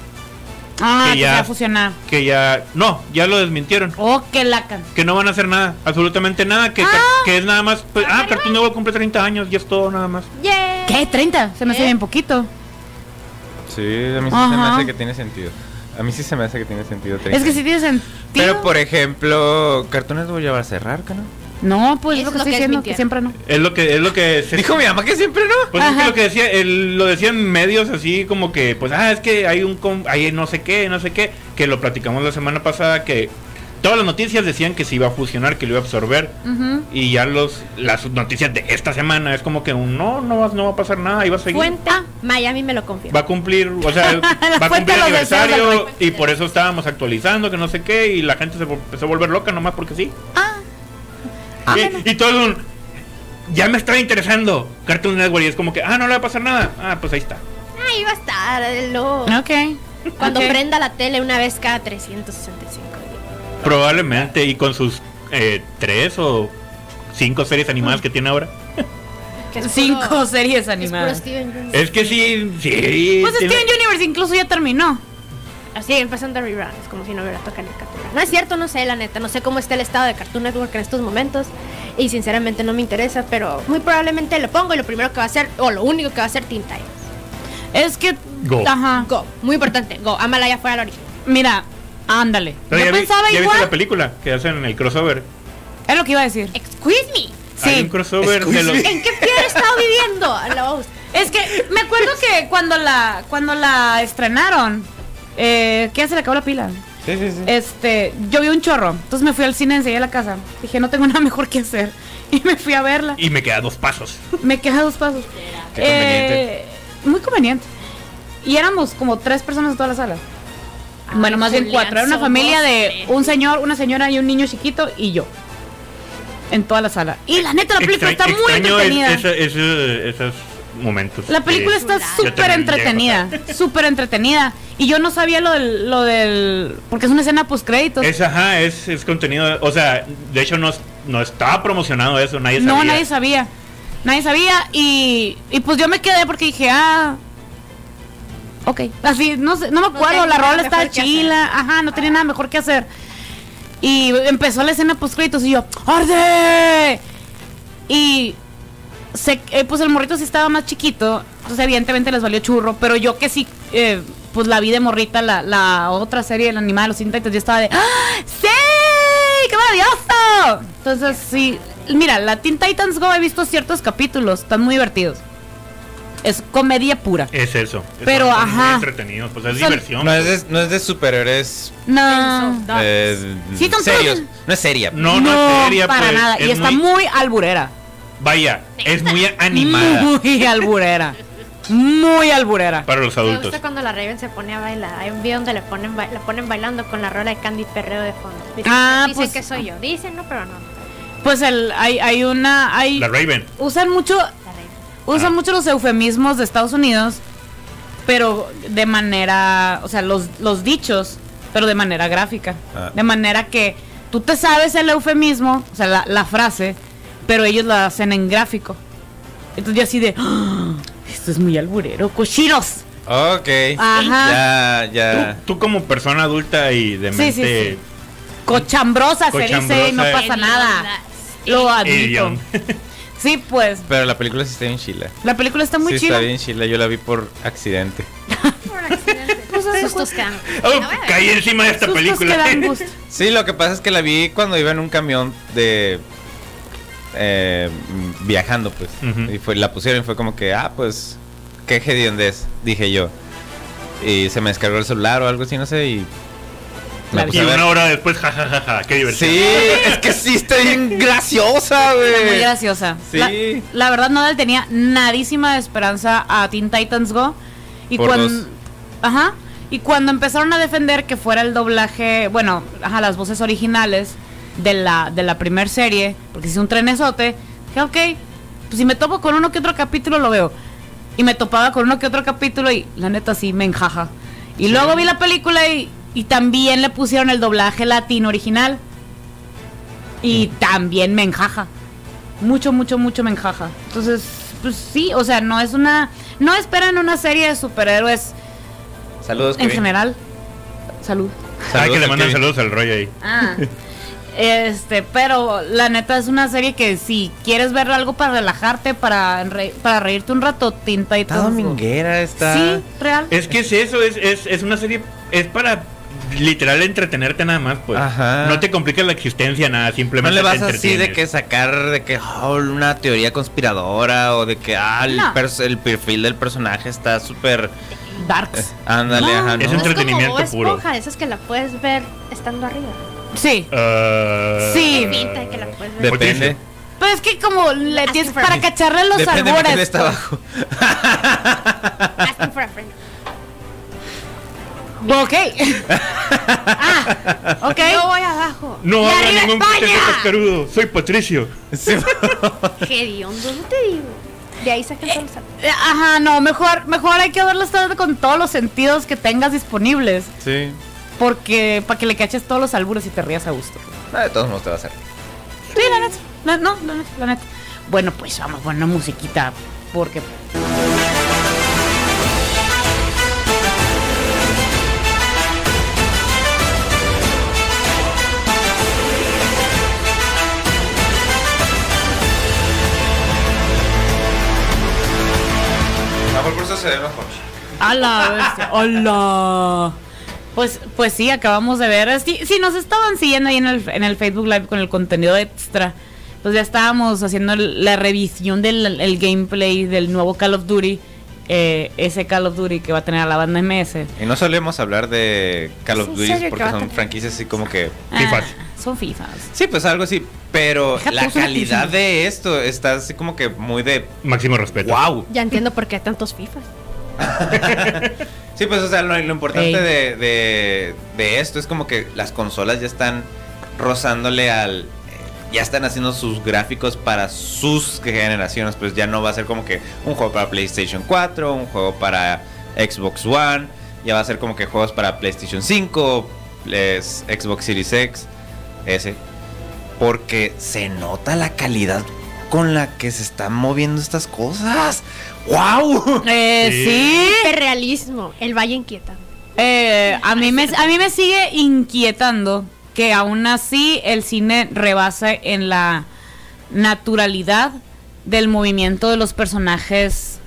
A: Ah,
B: que
A: que
B: ya-
A: se va a fusionar.
B: que ya, no, ya lo desmintieron.
A: Oh, qué laca.
B: Que no van a hacer nada, absolutamente nada, que,
A: Ah.
B: que es nada más, pues, ah, Cartoon Network cumple 30 años, ya es todo nada más.
D: Yeah.
A: ¿Qué? ¿30? Se me hace
D: ¿Eh?
A: bien poquito.
C: Sí, a mí sí se me
A: Ajá.
C: hace que tiene sentido. A mí sí se me hace que tiene sentido.
A: Es que si tiene sentido.
C: Pero por ejemplo, Cartoon Network ya va a cerrar, ¿no?
A: No, pues es lo
D: Es
A: que
D: lo
A: estoy
D: que
A: diciendo, que
D: desmintieron.
A: siempre no.
B: Es lo que, es lo que se-
C: Dijo mi mamá que siempre no.
B: Pues es que
A: Ajá.
B: lo que decía, el- lo decían medios así como que, pues, ah, es que hay un, com- hay no sé qué, no sé qué, que lo platicamos la semana pasada, que todas las noticias decían que se iba a fusionar, que lo iba a absorber,
A: Ujú.
B: y ya los, las noticias de esta semana es como que un, no, no, va- no va a pasar nada, y va a seguir.
D: Fuente,
A: Ah.
D: Ah, Miami me lo confirma.
B: Va a cumplir, o sea, va a
A: fuente de
B: cumplir
A: los deseos del
B: aniversario
A: rey.
B: y por eso estábamos actualizando, que no sé qué, y la gente se vol- empezó a volver loca nomás porque sí.
C: Ah.
B: Y, y todo un, ya me está interesando Cartoon Network y es como que, ah, no le va a pasar nada. Ah, pues ahí está.
D: Ahí va a estar el lobo.
A: Ok.
D: Cuando
A: Ok.
D: prenda la tele una vez cada 365 días.
B: Probablemente, y con sus eh, tres o cinco series animadas que tiene ahora.
D: Que es puro-
A: Cinco series
D: es puro
A: animadas.
D: Steven Universe.
B: Es que sí, sí.
A: Pues
B: tiene-
A: Steven Universe incluso ya terminó.
D: Así empezando reruns, como si no hubiera tocado caricatura. No es cierto, no sé, la neta. No sé cómo está el estado de Cartoon Network en estos momentos. Y sinceramente no me interesa, pero muy probablemente lo pongo y lo primero que va a hacer, o lo único que va a hacer, Teen Titans.
A: Es que
B: Go.
A: Ajá.
D: Go. Muy importante. Go. Ámala ya afuera, Lori.
A: Mira, ándale.
B: Pero
A: Yo
B: ya vi-
A: pensaba
B: ya viste la
A: igual.
B: película que hacen el crossover.
A: Es lo que iba a decir.
D: Excuse me.
B: Hay
A: Sí.
B: un crossover de
C: Excuse
B: los.
D: ¿En qué piedra he estado viviendo? A la voz.
A: Es que me acuerdo que cuando la cuando la estrenaron, eh, ¿qué hace la acabó la pila?
C: Sí, sí, sí.
A: Este, yo vi un chorro. Entonces me fui al cine enseguida a la casa. Dije, no tengo nada mejor que hacer. Y me fui a verla.
B: Y me queda dos pasos.
A: Me quedé a dos pasos.
C: Qué conveniente.
A: Eh, muy conveniente. Y éramos como tres personas en toda la sala. bueno, más bien
D: Julián,
A: cuatro. Era una
D: somos
A: familia de
D: tres.
A: un señor, una señora y un niño chiquito y yo. En toda la sala. Y la neta, la película
B: Extra-
A: está muy
B: extraño
A: entretenida.
B: es- ese- ese- esos momentos.
A: La película
B: Sí.
A: está
D: Chulada.
B: Yo
A: súper
B: también
A: entretenida. Súper entretenida. Y yo no sabía lo del, lo del. Porque es una escena post créditos.
B: Es, ajá, es, es contenido. O sea, de hecho, no, no estaba promocionado eso. Nadie
A: no,
B: sabía.
A: nadie sabía. Nadie sabía. Y, y pues yo me quedé porque dije, ah. Ok. Así, no sé, no me acuerdo.
D: tenía
A: la
D: nada
A: rola estaba
D: mejor que
A: chila. Ajá, no tenía nada mejor que hacer. Y empezó la escena post créditos y yo, ¡Arde! Y se- eh, pues el morrito sí estaba más chiquito, entonces evidentemente les valió churro, pero yo que sí, eh, pues la vi de morrita, la, la otra serie, el animal de los Teen Titans, yo estaba de ¡Ah! ¡Sí! ¡Qué maravilloso! Entonces sí, mira, la Teen Titans Go he visto ciertos capítulos, están muy divertidos. Es comedia pura.
B: Es eso.
A: Pero,
B: Son- son
A: ajá.
B: muy entretenidos. Pues es
A: Son-
B: diversión.
C: No es de, no es de superhéroes
A: No.
C: eh,
A: Sí, son
C: serios.
A: todos-
C: No es seria.
B: No, no es seria,
A: para
B: pues,
A: nada.
B: es
A: Y está
B: muy-
A: muy alburera.
B: Vaya, es muy animada
A: Muy alburera. Muy alburera.
B: para los
D: Me
B: adultos.
D: gusta cuando la Raven se pone a bailar. Hay un video donde le ponen, ba- la ponen bailando con la rola de Candy Perreo de fondo. Dicen,
A: Ah,
D: dicen
A: pues-
D: que soy yo. Dicen, no, pero no.
A: Pues el, hay, hay una. Hay,
B: La Raven.
A: usan mucho
D: La Raven.
A: usan
B: Ah.
A: mucho los eufemismos de Estados Unidos, pero de manera, o sea, los, los dichos, pero de manera gráfica.
C: Ah.
A: De manera que tú te sabes el eufemismo, o sea, la, la frase, pero ellos la hacen en gráfico. Entonces yo así de, "Ah, esto es muy alburero, cochiros.
C: Ok.
A: Ajá.
C: Ya, ya.
B: Tú, tú como persona adulta y de
A: Sí,
B: mente
A: sí, sí. Cochambrosa, se dice y no
B: Cochambrosa. eh.
A: pasa nada. Lo admito.
B: idiom.
A: Sí, pues.
C: Pero la película sí está bien chila.
A: La película está muy
C: sí,
A: chida.
C: está bien chila. Yo la vi por accidente.
D: Por accidente. Sustos que dan.
B: Oh,
D: La voy a ver.
B: caí encima de esta
A: Sustos
B: película.
A: que dan gusto.
C: Sí, lo que pasa es que la vi cuando iba en un camión de. eh, mm, viajando, pues.
B: Ujú.
C: Y fue, la pusieron y fue como que, ah, pues. Qué hediondez, dije yo. Y se me descargó el celular o algo así, no sé. Y.
A: La
B: y
A: a
B: una hora después, jajajaja, qué diversión.
C: Sí, es que sí está bien graciosa, güey.
A: Muy graciosa.
C: Sí.
A: La, la verdad no le tenía nadísima de esperanza a Teen Titans Go. Y
C: Por
A: cuando.
C: dos.
A: Ajá. Y cuando empezaron a defender que fuera el doblaje, bueno, ajá, las voces originales de la, de la primer serie, porque hice un trenesote, dije, ok, pues si me topo con uno que otro capítulo lo veo. Y me topaba con uno que otro capítulo y la neta sí me enjaja. Y luego vi la película y, y también le pusieron el doblaje latino original.
C: Mm.
A: Y también me enjaja mucho, mucho, mucho me enjaja. Entonces, pues sí, o sea, no es una. No esperan una serie de superhéroes
C: Saludos,
A: en
C: Kevin.
A: general. Salud.
B: Ay, Ah, que le
C: a
B: mandan
C: Kevin.
B: saludos al Roy ahí.
A: Ah. Este, pero la neta es una serie que si quieres ver algo para relajarte, para, re- para reírte un rato, tinta y
C: Está
A: todo.
C: dominguera, está. Eh.
A: Sí, real.
B: Es que es eso, es, es, es una serie, es para literal entretenerte nada más, pues.
C: Ajá.
B: No te complica la existencia nada,
C: No
B: simplemente
C: le vas
B: te
C: así de
B: entretienes.
C: que sacar de que oh, una teoría conspiradora o de que ah, el,
A: No.
C: pers- el perfil del personaje está súper. Eh.
A: Darks.
C: Ándale,
D: No,
C: ajá, ¿no?
B: Es un
D: como
B: entretenimiento
D: Bob Esponja,
B: puro.
D: de esas que la puedes ver estando arriba.
A: Sí.
B: Ah,
A: Sí.
D: Evita que la puedes ver.
C: Depende.
A: Pero es que como le
D: Asking
A: tienes
D: for
A: para
D: me.
A: cacharle los
C: Depende de
A: albores.
C: quién
D: pues.
C: está abajo.
D: Asking for a friend.
A: Ok. ah, ok.
D: Yo voy abajo.
B: No
D: ¡Y
B: habrá
D: arriba
B: ningún
D: España!
B: pequeño cascarudo. Soy Patricio.
D: ¡Qué hediondo! No te digo. De ahí sacan todos los
A: Eh, Ajá, no, mejor, mejor hay que verlas todas con todos los sentidos que tengas disponibles.
C: Sí.
A: Porque para que le caches todos los albures y te rías a gusto.
C: No, Ah, de todos modos te va a hacer.
A: Sí, la neta. La- no, la neta, la neta. Bueno, pues vamos a poner una musiquita. Porque.
C: Mejor por Ah, eso se ve mejor.
A: A la bestia. A la. Pues, pues sí, acabamos de ver. Si, si nos estaban siguiendo ahí en el, en el Facebook Live con el contenido extra, pues ya estábamos haciendo el- la revisión del el gameplay del nuevo Call of Duty. eh, ese Call of Duty que va a tener a la banda MS.
C: Y no solemos hablar de Call of
D: ¿Es en
C: Duty
D: serio que
C: porque
D: va a
C: son
D: tener-
C: franquicias así como que
A: Ah,
C: FIFA.
A: son FIFAs.
C: Sí, pues algo así. Pero
A: Deja
C: la
A: tú, son
C: calidad
A: muchísimos.
C: de esto está así como que muy de
B: Máximo respeto.
C: wow.
D: Ya entiendo por qué hay tantos FIFAs.
C: Sí, pues o sea, lo, lo importante
A: Ey.
C: de, de- de esto es como que las consolas ya están rozándole al... eh, Ya están haciendo sus gráficos para sus generaciones, pues ya no va a ser como que un juego para PlayStation 4, un juego para Xbox One, ya va a ser como que juegos para PlayStation 5, les- Xbox Series X, ese. Porque se nota la calidad con la que se están moviendo estas cosas. ¡Wow!
A: Eh,
B: Sí.
A: sí.
D: Hiperrealismo, el Valle Inquieta.
A: Eh, a, mí me, a mí me sigue inquietando que aún así el cine rebase en la naturalidad del movimiento de los personajes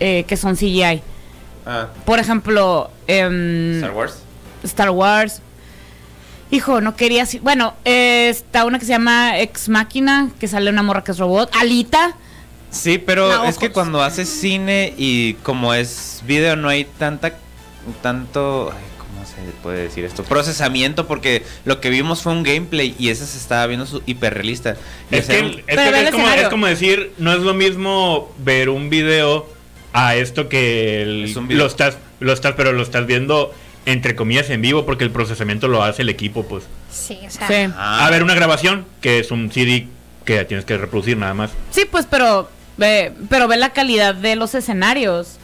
A: eh, que son CGI.
C: Ah,
A: Por ejemplo, em,
C: Star Wars.
A: Star Wars. Hijo, no quería... si- Bueno, eh, está una que se llama Ex Máquina, que sale una morra que es robot. Alita.
C: Sí, pero
D: Ah,
C: es que
D: ojos.
C: cuando haces cine y como es video no hay tanta tanto ay, cómo se puede decir esto procesamiento porque lo que vimos fue un gameplay y ese se estaba viendo su hiperrealista. Y
B: Es
C: hacer
B: que,
C: un-
B: es,
A: Pero
B: que
A: ve
B: es
A: el
B: como,
A: escenario.
B: es como decir, no es lo mismo ver un video a esto que el-
C: Es un video.
B: lo estás, lo estás, pero lo estás viendo entre comillas en vivo porque el procesamiento lo hace el equipo, pues.
D: Sí, o sea.
A: Sí.
C: Ah,
B: A ver una grabación que es un CD que tienes que reproducir nada más.
A: Sí, pues, pero, ve- pero ve la calidad de los escenarios.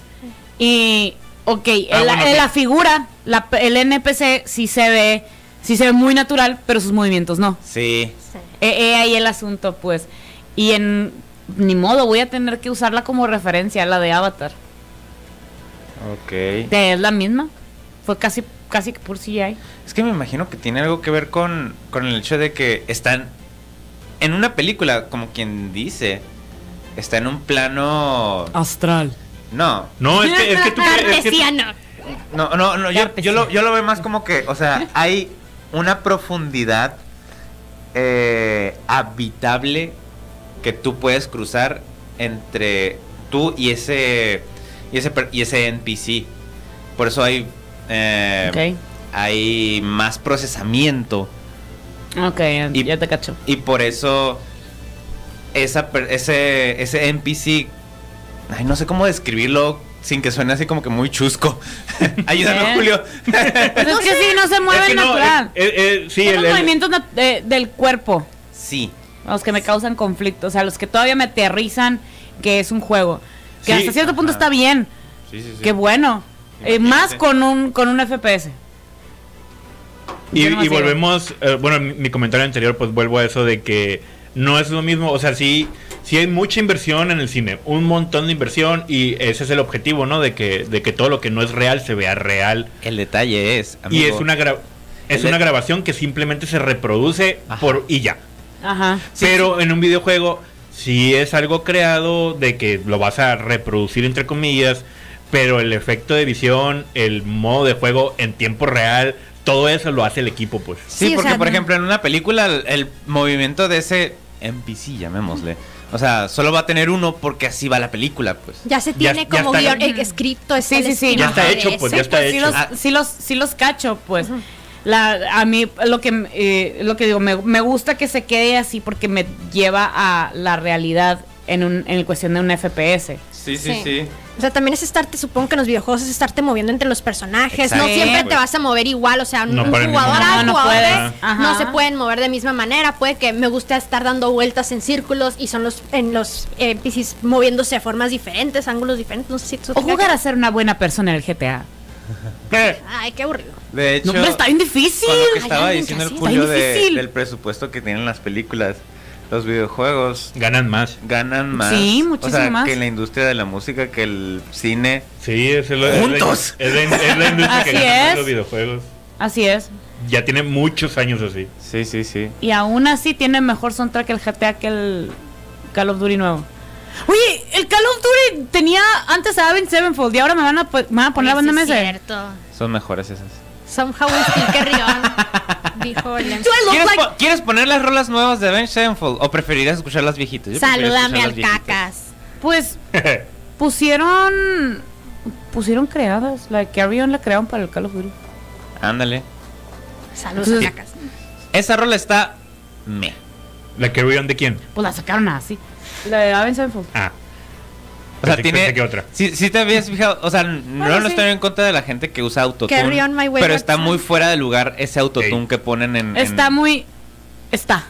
A: Y, ok,
B: Ah,
A: en la,
B: bueno,
A: en
B: ok.
A: la figura, la- el NPC sí se ve, sí se ve muy natural, pero sus movimientos no.
C: Sí.
D: sí.
A: He he ahí el asunto, pues. Y en, ni modo, voy a tener que usarla como referencia, la de Avatar.
C: Ok.
A: Que es la misma. Fue casi, casi que por CGI.
C: Es que me imagino que tiene algo que ver con, con el hecho de que están en una película, como quien dice, está en un plano
A: Astral.
C: no,
B: No, es que, es que tú crees- es que tú-
D: Artesiano.
C: No, no, no, yo, yo,
A: Cartesiano.
C: lo, yo lo veo más como que, o sea, hay una profundidad eh, habitable que tú puedes cruzar entre tú y ese y ese, per- y ese NPC. Por eso hay eh, hay más procesamiento
A: Ok, ok, ya-
C: Y-
A: ya te cacho.
C: y por eso esa, per- ese, ese NPC, ay, no sé cómo describirlo sin que suene así como que muy chusco. Ayúdanos,
A: ¿Eh?
C: Julio.
A: Pues es que sí, no se mueve
B: es que no,
A: natural.
B: eh, eh, eh, sí,
A: Son
B: el-
A: los
B: el-
A: movimientos nat- de- del cuerpo.
C: Sí.
A: Los que me causan conflicto, o sea, los que todavía me aterrizan que es un juego. Que
B: Sí,
A: hasta cierto punto
C: ajá.
A: está bien,
C: Sí, sí, sí.
A: qué bueno. Eh,
C: Imagínate.
A: más con un con un FPS.
B: Y,
A: Yo no
B: y
A: sigo.
B: volvemos, eh, bueno, mi, mi comentario anterior, pues vuelvo a eso de que no es lo mismo, o sea, sí, sí hay mucha inversión en el cine, un montón de inversión y ese es el objetivo, ¿no? De que, de que todo lo que no es real se vea real.
C: El detalle es,
B: y
C: amigo,
B: es una gra- es
C: El-
B: una grabación que simplemente se reproduce
C: Ajá.
B: por y ya.
A: Ajá.
C: Sí,
B: Pero en un videojuego sí es algo creado de que lo vas a reproducir entre comillas, pero el efecto de visión, el modo de juego en tiempo real, todo eso lo hace el equipo, pues.
C: Sí,
D: Sí, o
C: porque
D: sea,
C: por
D: no-
C: ejemplo en una película el, el movimiento de ese NPC, llamémosle, o sea, solo va a tener uno porque así va la película, pues.
D: Ya se
B: Ya-
D: tiene
B: ya
D: como
B: está-
D: guión eh, escrito. está
A: Sí, sí,
D: el
A: sí. Ya
D: espíritu
B: está
D: de
B: hecho, pues,
D: ese.
B: ya está
A: Sí los,
C: Ah.
A: sí los sí los cacho, pues. La, a mí lo que eh, lo que digo me, me gusta que se quede así porque me lleva a la realidad en un en cuestión de un FPS.
C: Sí,
D: sí, Sí. sí. O sea, también es estarte, supongo que en los videojuegos es estarte moviendo entre los personajes.
C: Exacto.
D: No siempre
C: Sí.
D: te vas a mover igual. O sea, un-
B: No
D: un
B: para el mismo
D: jugador a
A: momento. No, no
D: jugadores
A: puedes.
D: no,
A: Ajá.
D: se pueden mover de misma manera. Puede que me guste estar dando vueltas en círculos y son los en los NPCs moviéndose a formas diferentes, ángulos diferentes. No sé si eso
A: O
D: tenga
A: jugar
D: que-
A: a ser una buena persona en el GTA.
C: Eh.
D: Ay, qué aburrido.
C: De hecho,
A: No, hombre, está bien difícil.
C: con lo que
D: Ay,
C: estaba
D: alguien
C: diciendo el
D: que así.
C: Julio
A: Está
C: de-
A: difícil.
C: del presupuesto que tienen las películas, los videojuegos
B: Ganan más.
C: ganan más,
A: Sí, muchísimo
C: o sea,
A: más.
C: que en la industria de la música, que el cine.
B: Sí, es el, es
C: ¡Juntos!
B: la- Es la, es la industria que
A: Así
B: gana más
A: es.
B: los videojuegos.
A: Así es.
B: Ya tiene muchos años así.
C: Sí, sí, sí.
A: Y aún así tiene mejor soundtrack el GTA que el Call of Duty nuevo. Oye, el Call of Duty güey, tenía antes a Avenged Sevenfold y ahora me van a, po- me van a poner la banda
E: Es
A: MS.
E: cierto.
C: Son mejores esas.
E: Somehow we still carry on, dijo Lem.
C: ¿Quieres, po- quieres poner las rolas nuevas de Avenged Sevenfold o preferirás escuchar las viejitas? Yo prefiero
E: Salúdame
C: escuchar
E: al
C: las viejitas.
E: cacas.
A: Pues pusieron pusieron creadas, la de Carrion la crearon para el Call of Duty.
C: Ándale.
E: Saludos
A: Sí.
E: al cacas.
C: Esa rola está me.
B: ¿La Carrion de quién?
A: Pues la sacaron así. La de Avenged Sevenfold.
B: Ah.
C: O sea,
B: Pensé-
C: tiene.
B: pensé que otra.
C: Sí, sí te habías fijado. O sea, n- no
A: Bueno,
C: no
A: sí.
C: estoy en contra de la gente que usa autotune.
D: Carry on my wayward
C: pero está
D: son.
C: muy fuera de lugar ese autotune
B: Ey.
C: que ponen en. en-
A: Está muy está.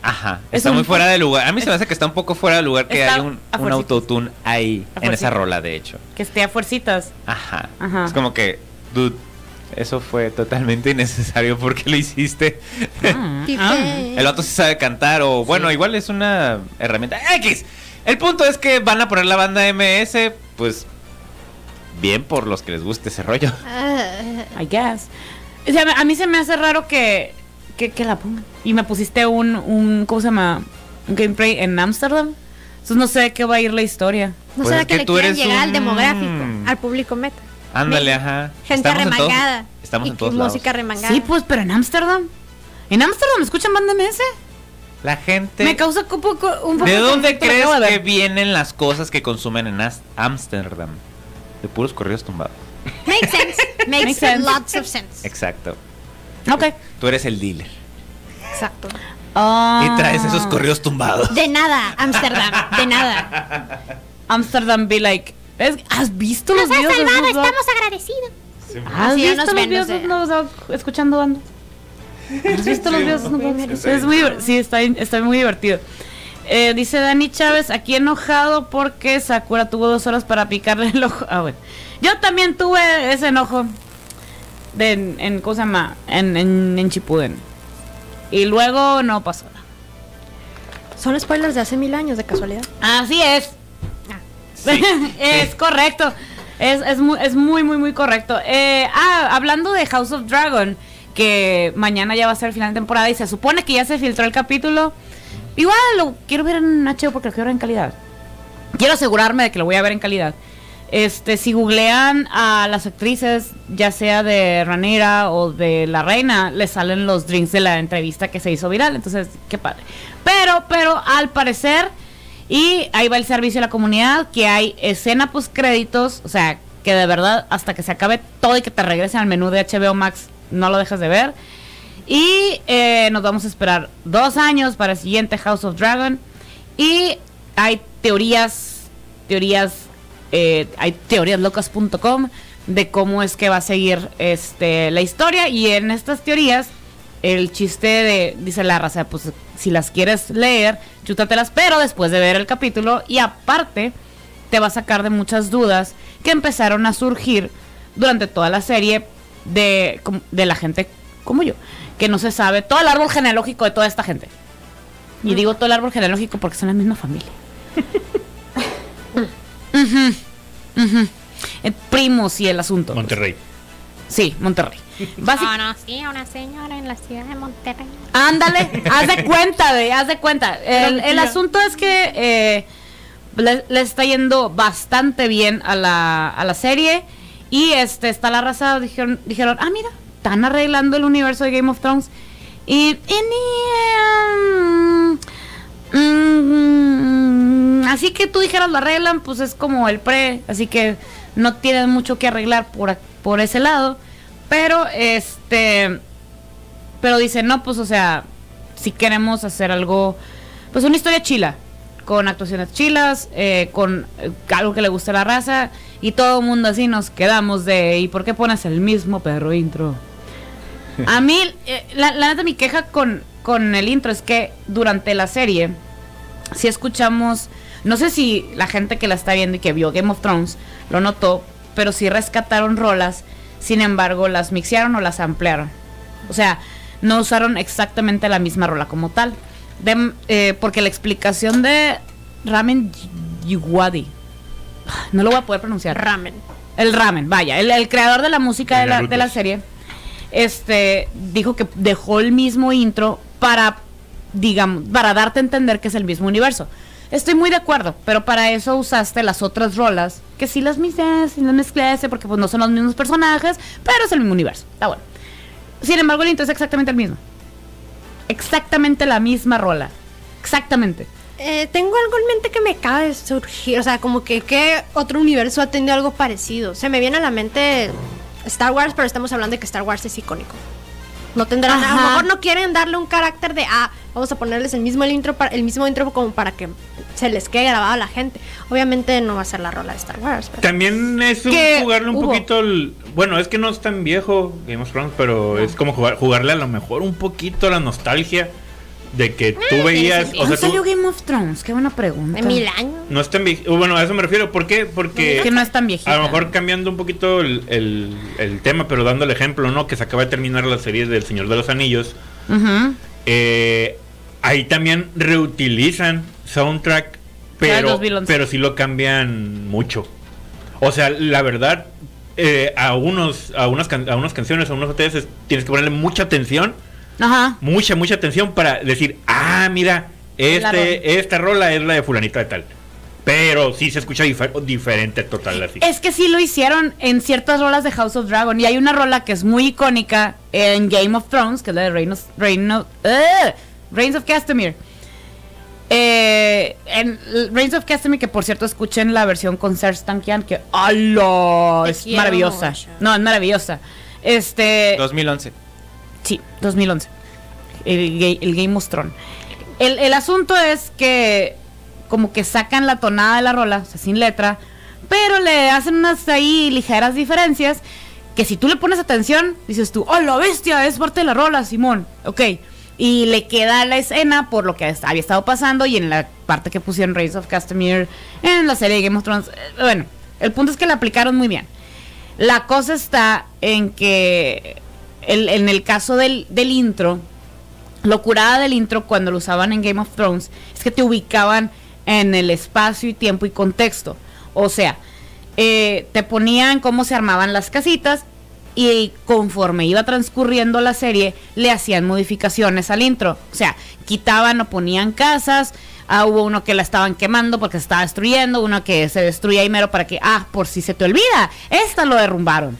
C: Ajá.
A: es
C: Está
A: un-
C: muy fuera de lugar. A mí se me hace que está un poco fuera de lugar que
A: Está
C: hay un,
A: a
C: un
A: fuercitas.
C: autotune ahí.
A: A
C: En esa
A: fuercitas.
C: rola, de hecho.
A: Que esté a fuercitas.
C: Ajá.
A: Ajá.
C: Es como que, dude, eso fue totalmente innecesario porque lo hiciste.
A: Ah, ah.
C: El vato sí sabe cantar o, bueno, igual es una herramienta X. El punto es que van a poner la banda MS, pues, bien por los que les guste ese rollo.
D: Ah.
A: I guess. O sea, a mí se me hace raro que, que, que la pongan. Y me pusiste un, un, ¿cómo se llama? Un gameplay en Amsterdam. Entonces no sé de qué va a ir la historia.
D: No
C: Pues
D: será
C: es
D: que,
C: que
D: le
C: tú
D: quieren
C: eres
D: llegar al
C: un-
D: demográfico, al público meta.
C: Ándale,
D: Me-
C: ajá.
D: Gente
C: Estamos en todos-
D: remangada.
C: estamos
D: y
C: en todos lados.
D: música remangada.
A: Sí, pues, pero en Ámsterdam. ¿En Ámsterdam escuchan banda MS?
C: La gente...
A: Me causa un poco... Un poco
C: ¿De dónde
A: conflicto, lo
C: crees
A: acabo de
C: que
A: ver.
C: vienen las cosas que consumen en As- Ámsterdam? De puros corridos tumbados.
E: Makes sense.
A: Makes
E: Makes
A: sense.
E: lots of sense.
C: Exacto.
A: Ok.
C: Tú eres el dealer.
E: Exacto.
A: Ah.
C: Y traes esos corridos tumbados.
E: De nada, Amsterdam. De nada.
A: Amsterdam be like... es- ¿Has visto los
E: Nos ha
A: videos de
E: salvado,
A: Snoop Dogg?
E: estamos agradecidos.
A: ¿Has
E: Sí, ya
A: visto
E: nos
A: los
E: ven,
A: videos
E: nos
A: de
E: ven.
A: Snoop Dogg escuchando banda? ¿Has visto los videos de Snoop Dogg? Es muy, diver- sí, está, bien- está muy divertido. Eh, dice Dani Chávez, aquí enojado porque Sakura tuvo dos horas para picarle el ojo. Ah, bueno. Yo también tuve ese enojo de, en, en- ¿cómo se llama? En, en, en Chipuden. Y luego no pasó nada.
D: Son spoilers de hace mil años, de casualidad.
A: Así es. es correcto. Es, es muy, es muy, muy, muy correcto. Eh, ah, hablando de House of Dragon, que mañana ya va a ser final de temporada y se supone que ya se filtró el capítulo. Igual lo quiero ver en HBO porque lo quiero ver en calidad. Quiero asegurarme de que lo voy a ver en calidad. Este, si googlean a las actrices, ya sea de Ranera o de La Reina, les salen los drinks de la entrevista que se hizo viral. Entonces, qué padre. Pero, pero al parecer, y ahí va el servicio a la comunidad, que hay escena post créditos, o sea, que de verdad hasta que se acabe todo y que te regresen al menú de HBO Max, no lo dejas de ver. Y eh, nos vamos a esperar dos años para el siguiente House of Dragon. Y hay teorías, teorías, eh, hay teoríaslocas.com de cómo es que va a seguir este la historia. Y en estas teorías, el chiste de, dice la raza, pues si las quieres leer, chútatelas, pero después de ver el capítulo. Y aparte, te va a sacar de muchas dudas que empezaron a surgir durante toda la serie de, com- de la gente como yo, que no se sabe todo el árbol genealógico de toda esta gente. Y digo todo el árbol genealógico porque son la misma familia. Ujú, ujú. Eh, Primos y el asunto.
B: Monterrey.
A: Sí, Monterrey. Basi-
E: Conocí a una señora en la ciudad de Monterrey.
A: Ándale, haz de cuenta, güey, haz de cuenta. El, el
D: Tranquila.
A: asunto es que eh, le, le está yendo bastante bien a la, a la serie. Y este está la raza, dijeron, dijeron, ah, mira, están arreglando el universo de Game of Thrones. Y, y ni, em, mm, así que tú dijeras, lo arreglan, pues es como el pre, así que no tienen mucho que arreglar por, ac- por ese lado. Pero este... Pero dice, no, pues, o sea, si queremos hacer algo, pues una historia chila, con actuaciones chilas, eh, con eh, algo que le guste a la raza, y todo el mundo así nos quedamos de, ¿y por qué pones el mismo perro intro? A mí, eh, la, la neta, mi queja con, con el intro es que durante la serie, si escuchamos, no sé si la gente que la está viendo y que vio Game of Thrones lo notó, pero sí rescataron rolas, sin embargo, las mixearon o las ampliaron. O sea, no usaron exactamente la misma rola como tal. De- eh, porque la explicación de Ramen Yiwadi, no lo voy a poder pronunciar.
D: Ramen.
A: El ramen, vaya, el, el creador de la música de
B: El
A: la,
B: Naruto.
A: de la serie, este, dijo que dejó el mismo intro para, digamos, para darte a entender que es el mismo universo. Estoy muy de acuerdo, pero para eso usaste las otras rolas, que sí las mixaste, las mezclaste, porque pues no son los mismos personajes, pero es el mismo universo. Está bueno. Sin embargo, el intro es exactamente el mismo. Exactamente la misma rola. Exactamente.
D: Eh, tengo algo en mente que me acaba de surgir. O sea, como que qué otro universo ha tenido algo parecido. Se me viene a la mente Star Wars, pero estamos hablando de que Star Wars es icónico. No tendrán, a lo
A: Ajá.
D: mejor no quieren darle un carácter de ah, vamos a ponerles el mismo intro para- el mismo intro como para que se les quede grabado a la gente. Obviamente no va a ser la rola de Star Wars, pero
B: También es un
A: Que
B: jugarle un
A: hubo.
B: poquito el- Bueno, es que no es tan viejo Game of Thrones, pero es como jugar, jugarle a lo mejor un poquito la nostalgia de que tú veías... O
A: ¿Cuándo
B: sea,
A: salió
B: tú,
A: Game of Thrones? Qué buena pregunta.
D: de mil años.
B: no es tan viejo. Bueno, a eso me refiero. ¿Por qué? Porque...
A: que no es tan viejita.
B: A lo mejor cambiando un poquito el, el- el tema, pero dando el ejemplo, ¿no? Que se acaba de terminar la serie del Señor de los Anillos.
A: Ujú.
B: Eh, ahí también reutilizan soundtrack,
A: del
B: pero,
A: 2011.
B: pero sí lo cambian mucho. O sea, la verdad, eh, a, unos, a, unas can- a unas canciones, a unos OTS, tienes que ponerle mucha atención,
A: Ajá.
B: mucha, mucha atención para decir, ah, mira,
A: La rola.
B: este, esta rola es la de fulanita de tal. Pero sí se escucha difer- diferente total así.
A: Es que sí lo hicieron en ciertas rolas de House of Dragon. Y hay una rola que es muy icónica en Game of Thrones, que es la de Reign of, Reign of- ¡Ugh! Reigns of Castamere. Eh, en l- Reigns of Castamere, que por cierto escuchen la versión con Serge Tankian, que ¡Aló!
E: Te
A: Es
E: quiero
A: maravillosa.
E: mucho.
A: No, es maravillosa. Este.
C: 2011.
A: Sí, 2011. El, ga- el Game of Thrones. El, el asunto es que como que sacan la tonada de la rola, o sea, sin letra, pero le hacen unas ahí ligeras diferencias que si tú le pones atención, dices tú, oh, la bestia, es parte de la rola, Simón. Ok. Y le queda la escena por lo que es- había estado pasando y en la parte que pusieron Reigns of Castamere en la serie de Game of Thrones. Eh, Bueno, el punto es que la aplicaron muy bien. La cosa está en que el- en el caso del, del intro, lo curada del intro cuando lo usaban en Game of Thrones es que te ubicaban en el espacio y tiempo y contexto. O sea, eh, te ponían cómo se armaban las casitas y conforme iba transcurriendo la serie le hacían modificaciones al intro. O sea, quitaban o ponían casas. Ah, hubo uno que la estaban quemando porque se estaba destruyendo, uno que se destruía ahí mero para que, ah, por si se te olvida, esta lo derrumbaron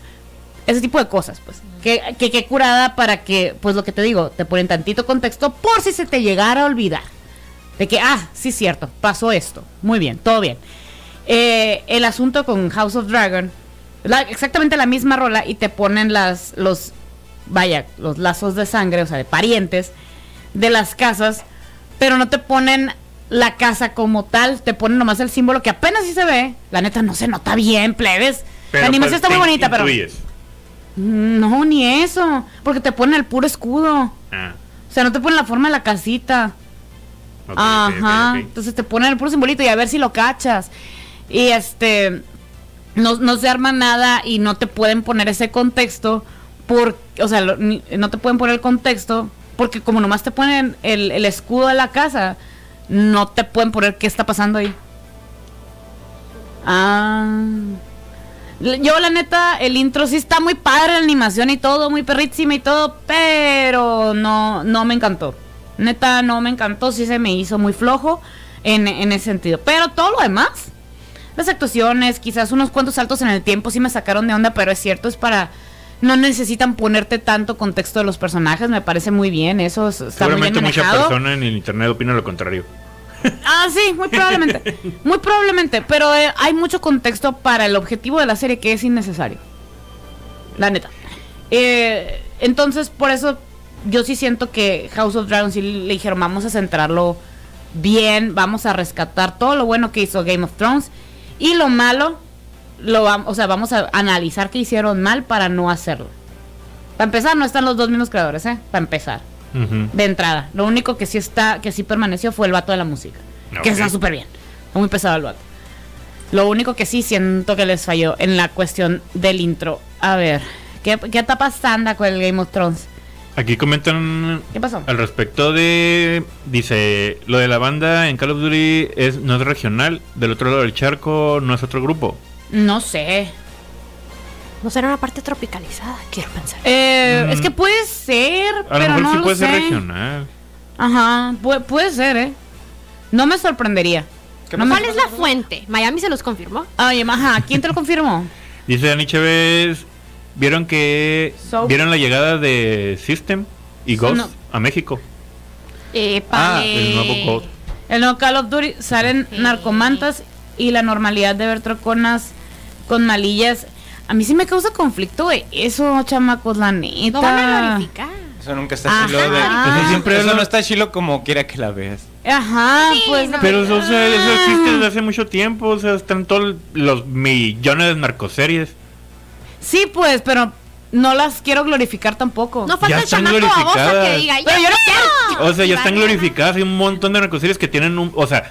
A: ese tipo de cosas, pues. Que, que, que curada para que, pues lo que te digo, te ponen tantito contexto por si se te llegara a olvidar. De que, ah, sí, cierto, pasó esto. Muy bien, todo bien. Eh, el asunto con House of Dragon, la- exactamente la misma rola y te ponen las, los, vaya, los lazos de sangre, o sea, de parientes, de las casas, pero no te ponen la casa como tal, te ponen nomás el símbolo que apenas sí se ve. La neta no se nota bien, plebes.
B: Pero,
A: la animación
B: pues,
A: está muy
B: te
A: bonita, pero...
B: intuyes.
A: No, ni eso. Porque te ponen el puro escudo.
B: Ah,
A: O sea, no te ponen la forma de la casita.
B: ok, ok,
A: Ajá.
B: ok, ok.
A: Entonces te ponen el puro simbolito y a ver si lo cachas. Y este. No, no se arma nada y no te pueden poner ese contexto. Por, o sea, lo- ni- no te pueden poner el contexto. Porque como nomás te ponen el, el escudo de la casa, no te pueden poner qué está pasando ahí. Ah. L- Yo, la neta, el intro sí está muy padre, la animación y todo, muy perrísima y todo, pero no, no me encantó. Neta, no me encantó, sí se me hizo muy flojo en, en ese sentido. Pero todo lo demás, las actuaciones, quizás unos cuantos saltos en el tiempo sí me sacaron de onda, pero es cierto, es para... No necesitan ponerte tanto contexto de los personajes, me parece muy bien, eso es- está muy bien
B: Seguramente mucha
A: manejado.
B: persona en el internet opina lo contrario.
A: Ah, sí, muy probablemente. Muy probablemente, pero eh, hay mucho contexto para el objetivo de la serie que es innecesario. La neta. Eh, entonces, por eso yo sí siento que House of Dragons sí le dijeron, vamos a centrarlo bien, vamos a rescatar todo lo bueno que hizo Game of Thrones y lo malo, lo vam- o sea, vamos a analizar qué hicieron mal para no hacerlo. Para empezar, no están los dos mismos creadores, ¿eh? Para empezar
B: Ujú.
A: de entrada. Lo único que sí está, que sí permaneció fue el vato de la música.
B: Ok.
A: Que está súper bien. Está muy pesado el vato. Lo único que sí siento que les falló en la cuestión del intro. A ver, ¿qué, qué está pasando con el Game of Thrones?
B: Aquí comentan
A: ¿Qué pasó?
B: al respecto de. Dice: Lo de la banda en Call of Duty es, no es regional, del otro lado del charco no es otro grupo.
A: No sé.
D: No será una parte tropicalizada, quiero pensar.
A: Eh,
B: Mm.
A: Es que puede ser,
B: A
A: pero
B: lo mejor
A: no
B: sí
A: lo
B: puede
A: sé.
B: ser regional.
A: Ajá, pu- puede ser, ¿eh? No me sorprendería.
C: ¿Qué
A: No
C: pasó?
A: me-
E: ¿Cuál es la fuente? Miami se los confirmó.
A: Oye, ajá, ¿quién te lo confirmó?
B: Dice Dani Chévez, ¿vieron que
A: So-
B: vieron la llegada de System y Ghost
A: No.
B: a México? Ah,
C: Eh,
E: Épale.
B: el nuevo Ghost.
A: El nuevo Call of Duty salen
E: Sí.
A: narcomantas y la normalidad de ver troconas con malillas. A mí sí me causa conflicto, güey. Eso, chamacos, la neta.
E: No van a glorificar.
C: Eso nunca
A: Ajá. Ah.
C: está chilo de.
A: Entonces
B: siempre
C: eso
B: lo-
C: no está chilo como quiera que la veas.
A: Ajá,
E: Sí,
A: pues.
E: no.
B: Pero o sea, eso existe desde hace mucho tiempo, o sea, están todos los millones de narcoseries.
A: Sí, pues, pero no las quiero glorificar tampoco.
E: No falta el
B: están
E: chamaco baboso que
B: glorificadas.
E: diga,
A: Pero yo no
E: quiero.
B: O sea,
E: Y
B: ya
E: va
B: están
E: a ganar.
B: glorificadas, hay un montón de narcoseries que tienen un, o sea,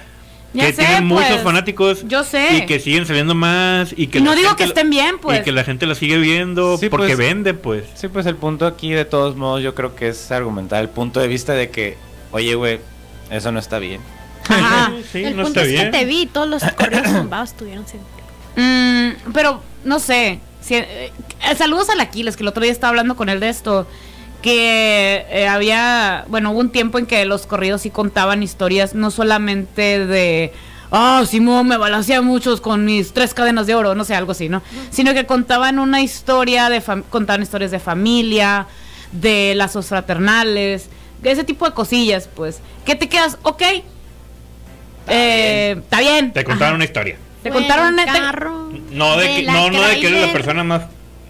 A: Ya
B: que
A: sé,
B: tienen
A: pues.
B: muchos fanáticos
A: Yo sé.
B: y que siguen saliendo más y que
A: Y no
B: la
A: digo
B: gente
A: que
B: lo-
A: estén bien, pues.
B: y que la gente la sigue viendo
C: Sí,
B: porque
C: pues.
B: vende, pues.
C: Sí, pues el punto aquí, de todos modos, yo creo que es argumentar el punto de vista de que, oye, güey, eso no está bien.
A: Ajá.
B: sí,
E: el
B: no
E: punto
B: está
E: es
B: bien.
E: que te vi y todos los correos tumbados tuvieron sentido.
A: Mm, pero no sé. Si- eh, saludos al Aquiles, que el otro día estaba hablando con él de esto. Que eh, había, bueno, hubo un tiempo en que los corridos sí contaban historias, no solamente de, ah, Simón me balancea muchos con mis tres cadenas de oro, no sé, algo así, ¿no? Sino que contaban una historia, de fam- contaban historias de familia, de lazos fraternales, de ese tipo de cosillas, pues. ¿Qué te quedas? Ok. Eh, Está bien.
B: Te contaron
A: Ajá.
B: una historia.
A: Te
E: Fue
A: contaron este?
E: en
A: una- te-
E: carro.
B: No de, que,
E: la
B: no, no de que eres la
E: Chrysler.
B: persona más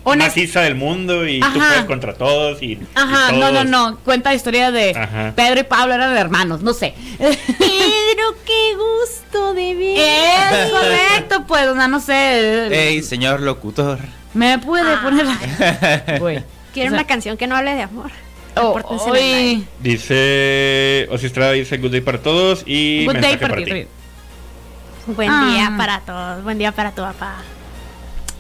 A: Honest-
B: maciza del mundo y tú
A: Ajá.
B: puedes contra todos y, y
A: Ajá, no,
B: todos.
A: no, no. Cuenta la historia de
B: Ajá.
A: Pedro y Pablo eran hermanos, no sé.
E: Pedro, qué gusto de ver.
A: es correcto, pues, o sea, no sé.
C: Ey, señor locutor.
A: Me puede poner. Güey.
E: Quiero
A: O sea,
E: una canción que no hable de amor.
A: Ah. oh,
E: Apórtense en el
A: hoy-
E: aire.
B: Dice Osi Estrada dice good day para todos y
A: Good day
B: mensaje
A: para
B: para
A: ti,
B: ti.
A: también.
E: Buen
A: Ah.
E: día para todos. Buen día para tu papá.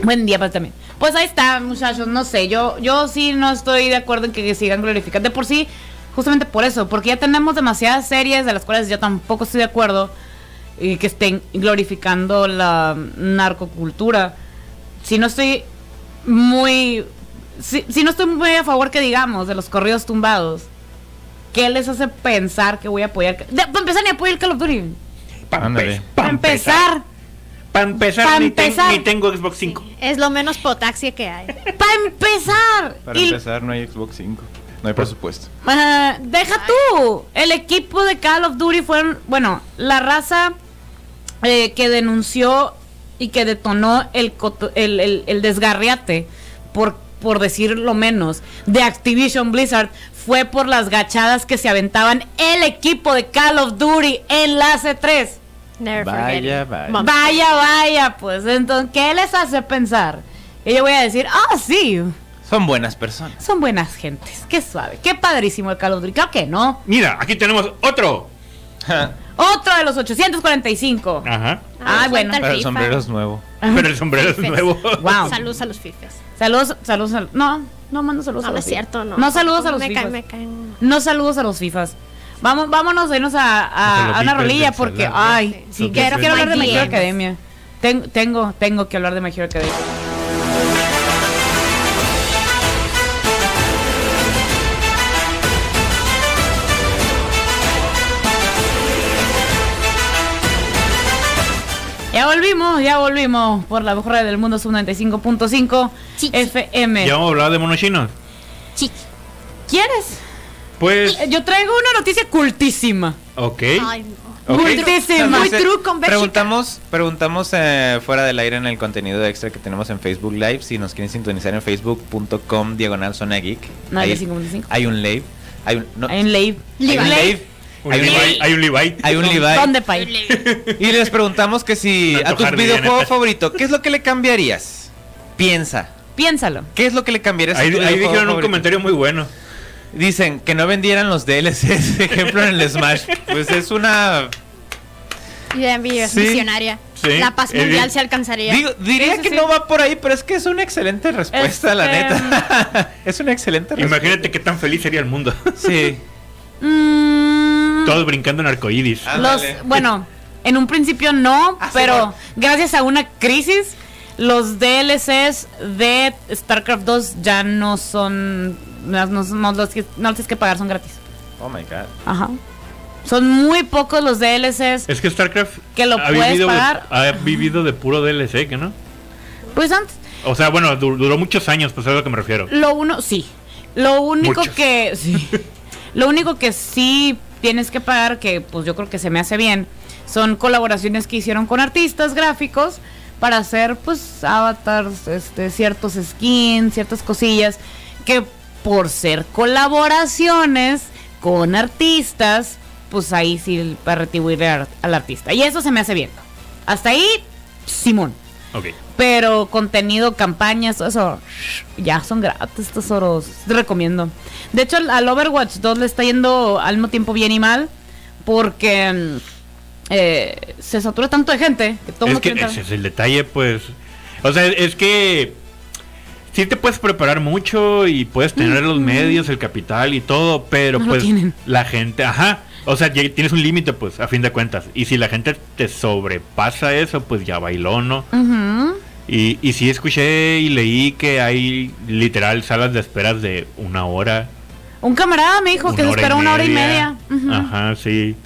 A: Buen día para ti también. Pues ahí está, muchachos, no sé. Yo, yo sí no estoy de acuerdo en que sigan glorificando. De por sí, justamente por eso, porque ya tenemos demasiadas series de las cuales yo tampoco estoy de acuerdo y que estén glorificando la narcocultura. si no estoy muy. Si, si no estoy muy a favor que digamos de los corridos tumbados, ¿qué les hace pensar que voy a apoyar? que- De- para empezar, ni apoyo el Call of Duty.
B: Para
C: Ándale.
A: Para empezar,
B: Para empezar,
A: Pa'
B: ni, ten-
A: empezar.
B: ni tengo Xbox 5.
E: Es lo menos potaxia que hay.
A: para empezar.
C: Para
A: Y-
C: empezar, no hay Xbox 5. No hay presupuesto.
A: Ah, deja tú. El equipo de Call of Duty fueron, bueno, la raza eh, que denunció y que detonó el, coto- el, el- el desgarriate, por, por decir lo menos, de Activision Blizzard fue por las gachadas que se aventaban el equipo de Call of Duty en la C3.
E: Never forget.
C: Vaya,
E: it.
C: vaya.
E: Mom.
A: Vaya, vaya, pues entonces, ¿qué les hace pensar? Y yo voy a decir, ah, sí,
C: Son buenas personas.
A: son buenas gentes, qué suave, qué padrísimo el Call of Duty, claro que no.
B: Mira, aquí tenemos otro.
A: Otro de los 845.
B: Ajá.
A: Ah,
E: Ah,
A: bueno.
E: suelta
C: Pero el
E: FIFA.
C: sombrero es nuevo.
B: Pero el sombrero es
E: Fifes.
B: nuevo.
A: Wow.
E: Saludos a los fifes.
A: Saludos, saludos, saludos. No, no mando saludos
E: No,
A: a
E: no
A: los
E: es
A: fifas.
E: cierto, no.
A: No saludos a los
E: me
A: fifas.
E: caen, me caen.
A: No saludos a los fifas. Vamos, vámonos a irnos a, a-
B: A los
A: a una
B: fifas
A: rolilla
B: del
A: porque,
B: salado.
A: ay,
B: Sí,
A: sí, quiero,
B: sí.
A: quiero hablar de My Hero
E: Ideas.
A: Academia. Ten- tengo, tengo que hablar de My Hero Academia. Ya volvimos, ya volvimos por la mejor radio del mundo sub 95.5
E: Sí.
A: FM.
B: Ya vamos a hablar de monos chinos.
E: Chic.
A: ¿Quieres?
B: Pues,
A: Eh, Yo traigo una noticia cultísima.
B: ok.
E: Ay, no.
B: Ok.
A: Muy Cultísima.
C: Entonces,
E: true con Bélgica.
C: Preguntamos, preguntamos eh, fuera del aire en el contenido extra que tenemos en Facebook Live. Si nos quieren sintonizar en facebook.com diagonal zona geek.
A: No,
C: Ahí-
A: de 55.
C: hay un live. Hay un, no,
A: Hay un live.
C: hay un live.
B: Un
C: Hay un
B: Levi-
C: live.
B: Hay un Levi.
C: Hay un Levi.
A: ¿Dónde, país?
C: Y les preguntamos que si
B: Tanto
C: a tu
B: Hardy,
C: videojuego
B: neta.
C: favorito, ¿qué es lo que le cambiarías? Piensa.
A: Piénsalo.
C: ¿Qué es lo que le cambiarías
B: Ahí,
C: a tu
B: ahí
C: videojuego
B: dijeron un
C: favorito?
B: comentario muy bueno.
C: Dicen que no vendieran los DLCs, ejemplo en el Smash. Pues es una...
E: Y de envidia, es
C: Sí.
E: visionaria.
B: Sí.
E: La paz
B: Eh,
E: mundial
B: di-
E: se alcanzaría.
C: Digo, diría
A: Sí, sí,
C: que
A: sí.
C: no va por ahí, pero es que es una excelente respuesta, la
A: Este,
C: neta. es una excelente respuesta.
B: Imagínate qué tan feliz sería el mundo.
C: Sí.
A: Mm,
B: Todos brincando en arcoíris.
C: Ah.
A: los,
C: Ándale.
A: bueno, en un principio no,
C: Ah, sí,
A: pero
C: bueno.
A: gracias a una crisis, los DLCs de StarCraft 2 ya no son. No, no- no los que, no los tienes que pagar, son gratis.
C: Oh my god.
A: Ajá. Son muy pocos los DLCs.
B: Es que StarCraft
A: Que lo puedes
B: vivido,
A: pagar.
B: ha vivido de puro DLC, ¿que ¿no?
A: Pues antes,
B: O sea, bueno, du- duró muchos años, pues es a lo que me refiero.
A: lo uno, sí. Lo único
B: Muchos.
A: que. sí. lo único que sí tienes que pagar, que pues yo creo que se me hace bien, son colaboraciones que hicieron con artistas gráficos para hacer pues avatars, este, ciertos skins, ciertas cosillas, que por ser colaboraciones con artistas, pues ahí sí para retribuirle al al artista. Y eso se me hace bien. Hasta ahí, Simón.
B: Ok.
A: Pero contenido, campañas, todo eso, shh, ya son gratis, tesoros. Te recomiendo. De hecho, al, al Overwatch 2 le está yendo al mismo tiempo bien y mal. Porque mm, eh, se satura tanto de gente que todo el
B: Es
A: mundo
B: que
A: quiere
B: ese
A: entrar.
B: es el detalle, pues. O sea, es que sí te puedes preparar mucho y puedes tener los medios, el capital y todo, pero
A: No lo
B: pues
A: tienen.
B: la gente, ajá. O sea, ya tienes un límite, pues, a fin de cuentas. Y si la gente te sobrepasa eso, pues ya bailó, ¿no?
A: Ujú.
B: Y, y sí escuché y leí que hay literal salas de esperas de una hora.
A: Un camarada me dijo
B: una
A: que se
B: hora y
A: esperó una hora y media. Ujú.
B: Ajá, sí.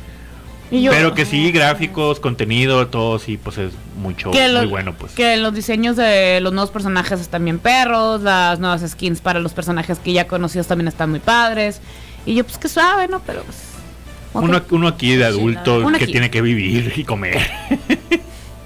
A: Y yo-
B: Pero que sí, gráficos, contenido, todo sí, pues es mucho,
A: que los,
B: muy bueno, pues.
A: que los diseños de los nuevos personajes están bien perros, las nuevas skins para los personajes que ya conocidos también están muy padres. Y yo, pues que suave, ¿no? Pero pues, ok.
B: Uno, uno aquí de adulto
A: Uno
B: que
A: aquí.
B: tiene que vivir y comer.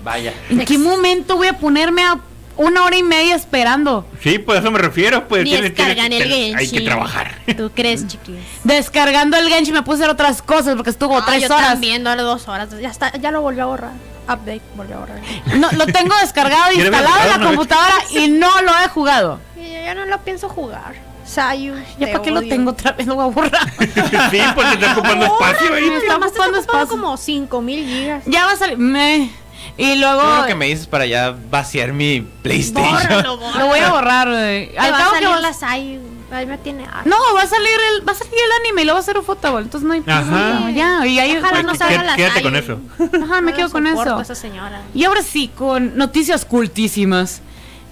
C: Vaya.
A: ¿En qué momento voy a ponerme a una hora y media esperando?
B: Sí, pues a eso me refiero, pues.
E: Ni descargan el
B: ten- hay que
E: Genshin.
B: trabajar.
E: ¿Tú crees, chiquis?
A: Descargando el Genshin me puse a hacer otras cosas porque estuvo
E: Ah,
A: tres
E: yo
A: horas.
E: también, no, dos horas.
D: Ya, está, ya lo volvió a borrar. Update, volvió a borrar.
A: No, lo tengo descargado,
B: Ya lo había
A: instalado en la
B: jugado una vez.
A: computadora y no lo he jugado.
D: Y yo ya no lo pienso jugar. Sayu.
A: ¿Ya
D: te
A: para qué lo
D: odio.
A: tengo otra vez? Lo voy a borrar.
B: sí, pues te está ocupando espacio ahí.
A: Está
D: Nomás te
A: ocupando
D: está ocupando
A: espacio.
D: como 5000 gigas.
A: Ya va a salir. me- Y luego.
C: Todo lo que me dices para ya vaciar mi PlayStation.
A: Lo voy a borrar. eh.
D: Te
A: Al
D: va a
A: cabo que
D: salir
A: vas-
D: la Sayu. Ahí me tiene harta.
A: No, va a salir el, va a salir el anime y lo va a hacer un fotobol. Entonces no hay
B: Ajá.
A: no, ya. Y ahí
D: Ojalá no
B: Ay,
D: salga
B: qué-
D: la
B: quédate
D: Sayu.
B: con eso.
A: Ajá, me
D: No
A: quedo con
D: soporto
A: eso.
D: a esa señora.
A: Y ahora sí, con noticias cultísimas.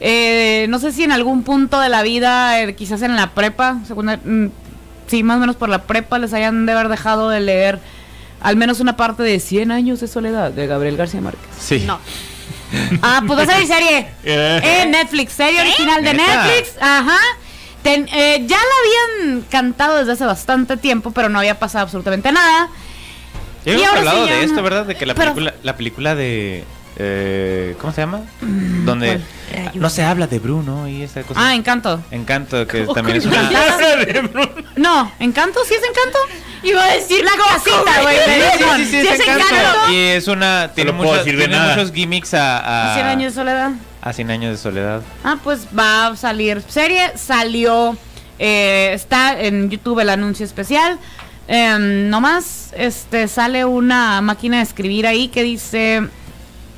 A: Eh, no sé si en algún punto de la vida, eh, quizás en la prepa, secunda- mm, sí, más o menos por la prepa, les hayan de haber dejado de leer al menos una parte de 100 años de soledad de Gabriel García Márquez.
C: Sí.
D: No.
A: Ah, pues va a salir serie.
B: Eh.
A: Eh, Netflix, serie original de
C: ¿Neta?
A: Netflix. Ajá. Ten- eh, ya la habían cantado desde hace bastante tiempo, pero no había pasado absolutamente nada.
C: Ya
A: Y
C: hemos
A: ahora
C: hablado
A: sí ya
C: de esto,
A: no-
C: ¿verdad? De que la
A: Pero-
C: película, la película de. eh, ¿Cómo se llama?
A: Mm,
C: Donde no se habla de Bruno y esa cosa.
A: Ah, Encanto.
C: Encanto, que
A: ¿Cómo
C: también es
A: que
C: una.
E: Eh,
A: No, Encanto, ¿sí es Encanto? Iba a decir la casita, güey.
C: Sí,
A: me
C: sí,
A: dijeron.
C: sí, sí,
A: ¿Sí
C: es Encanto. Y ah, es una. Tiene,
B: puedo
C: muchas-
B: decir de
C: tiene
B: nada.
C: muchos gimmicks a. a
A: Cien años de soledad.
C: A 100 años de soledad.
A: Ah, pues va a salir serie, salió, eh, está en YouTube el anuncio especial. Em, nomás este, sale una máquina de escribir ahí que dice,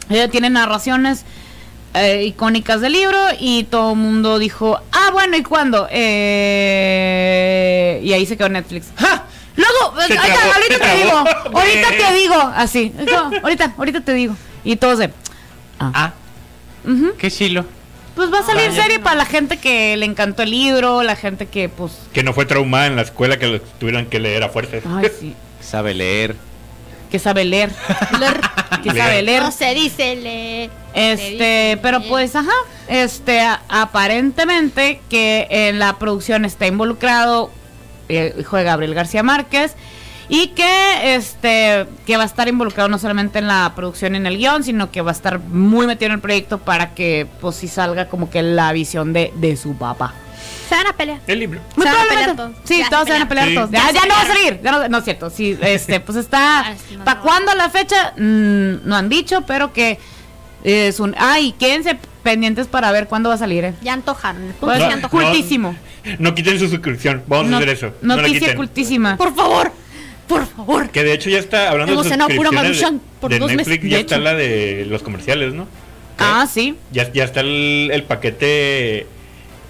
A: eh, tiene narraciones eh, icónicas del libro y todo el mundo dijo, ah, bueno, ¿y cuándo? Eh, y ahí se quedó Netflix. ¡Ja! Luego,
B: Se
A: ahorita,
B: trabó,
A: ahorita
B: se
A: te digo,
B: trabó.
A: ahorita te digo, así, no, ahorita, ahorita te digo. Y todos de,
C: Ah,
A: ujú.
C: qué chilo.
A: Pues va a salir serie para la gente que le encantó el libro, la gente que, pues.
B: Que no fue traumada en la escuela que lo tuvieran que leer a fuerza.
A: Ay, sí.
C: Sabe leer.
A: Que sabe leer. que sabe
B: Leer.
A: leer.
E: No se dice le.
A: Este, pero pues, ajá. Este, a- aparentemente que en la producción está involucrado eh, hijo de Gabriel García Márquez. Y que este que va a estar involucrado no solamente en la producción y en el guión, sino que va a estar muy metido en el proyecto para que pues sí salga como que la visión de, de su papá.
E: Se van a pelear.
B: El libro.
A: Muy
E: Se van a
A: probablemente.
E: pelear todos.
A: Sí,
E: Ya se
A: todos se van a pelear
B: pelearon.
A: todos.
B: Sí.
A: Ya,
E: Ya
A: ya
E: se
A: no va a
E: pelearon.
A: salir. ya no, no es cierto. Sí, este, pues está.
E: Ah, sí, no,
A: ¿Para
E: no.
A: cuándo la fecha? Mm, no han dicho, pero que es un. Ay, quédense pendientes para ver cuándo va a salir, eh.
E: Ya antojaron. El punto
A: Pues,
E: es
B: No, no.
E: que antojaron.
A: cultísimo.
B: No quiten su suscripción. Vamos
A: No-
B: a hacer eso. No la
A: noticia
B: quiten.
A: cultísima.
E: Por favor,
D: Pues
E: por favor.
B: Que de hecho ya está hablando
E: Hemos
B: de
E: cenado pura
B: suscripciones de,
E: Maruchan por
B: de
E: dos meses,
B: Netflix,
E: de
B: ya está
E: hecho.
B: la de los comerciales, ¿no?
A: Ah, sí.
B: Ya, ya está el, el paquete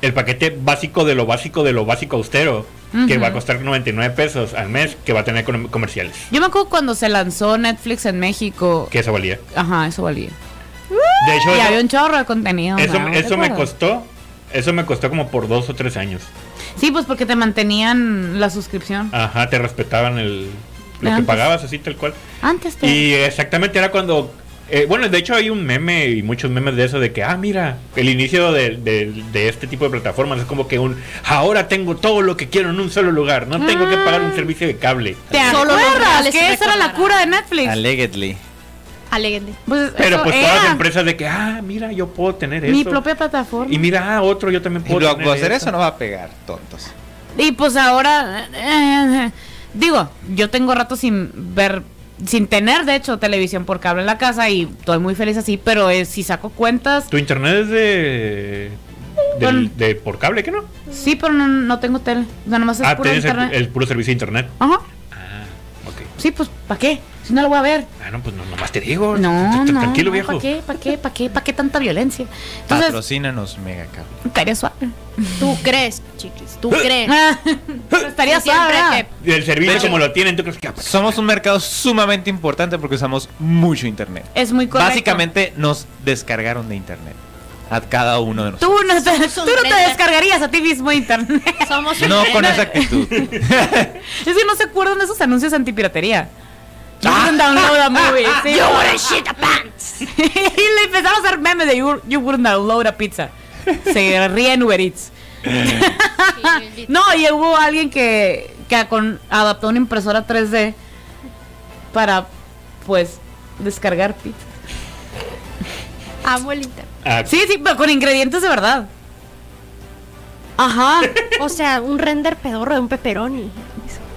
B: el paquete básico de lo básico de lo básico austero que
A: Ujú.
B: va a costar 99 pesos al mes que va a tener com- comerciales.
A: Yo me acuerdo cuando se lanzó Netflix en México.
B: Que eso valía.
A: Ajá, eso valía.
B: De hecho
A: Y había un
B: eso,
A: chorro de contenido.
B: eso,
A: ¿no?
B: eso
A: ¿Te
B: me
A: acuerdas?
B: costó eso me costó como por dos o tres años. Ah,
A: Sí, pues porque te mantenían la suscripción.
B: Ajá, te respetaban el Lo que
A: Antes.
B: pagabas así tal cual.
A: Antes te.
B: Y exactamente era cuando. eh, bueno, de hecho hay un meme y muchos memes de eso de que, ah, mira, el inicio de, de- de este tipo de plataformas es como que un, ahora tengo todo lo que quiero en un solo lugar, no tengo que
A: Ah.
B: pagar un servicio de cable.
A: ¿Te
E: Solo los
A: acuerdas
E: reales
A: que esa era la
E: recordarán.
A: cura de Netflix?
C: Allegedly.
D: Allegedly.
A: Pues
B: Pero
A: eso
B: pues todas las
A: era.
B: empresas de que, ah, mira, yo puedo tener
A: Mi
B: eso.
A: propia plataforma.
B: Y
A: Y,
B: mira, ah, otro, yo también
C: Y
B: puedo tener
C: Blockbuster
B: eso.
C: eso no va a pegar, tontos.
A: pues ahora. eh, eh, digo, yo tengo rato sin ver. Sin tener, de hecho, televisión por cable en la casa y estoy muy feliz así, pero eh, si saco cuentas,
B: Tu internet es de...
A: Bueno.
B: del- de por cable, ¿qué no?
A: sí, pero no, no tengo tele. O sea, nomás es
B: Ah,
A: puro
B: tienes el,
A: internet.
B: el puro servicio de internet.
A: Ajá.
B: Ah, ok.
A: Sí, pues, ¿para qué? Si no lo voy a ver.
B: Ah, no, pues no, nomás te digo.
A: No,
B: T-
A: no.
B: t- Tranquilo, viejo.
A: ¿Para qué? ¿Para qué? ¿Para qué? ¿Para qué tanta violencia? Entonces,
C: Patrocínanos, mega cabrón.
A: estaría suave.
D: ¿Tú crees, chiquis? ¿Tú
E: Eh,
D: crees?
A: estaría suave.
D: Siempre
A: ¿verdad?
D: te-
B: Y el servicio
C: De hecho-
B: como lo tienen, tú crees que...
C: Somos un mercado sumamente importante porque usamos mucho internet.
A: Es muy correcto.
C: Básicamente nos descargaron de internet a cada uno de nosotros.
A: Tú no te,
E: Somos un
A: tú no te
E: trailer.
A: descargarías a ti mismo internet.
E: Somos un
C: No
E: tren.
C: con esa actitud.
A: Es que no se acuerdan de esos anuncios antipiratería. You wouldn't download a movie.
B: Ah,
A: sí.
E: You wouldn't shit a pants.
A: y le empezaron a hacer memes de you, you wouldn't download a pizza. Se ríen Uber Eats. No, y hubo alguien que, que con- adaptó una impresora 3D para, pues, descargar pizza.
D: Amo el internet.
B: Ah,
A: Sí, sí, pero con ingredientes de verdad. Ajá.
D: O sea, un render pedorro de un pepperoni.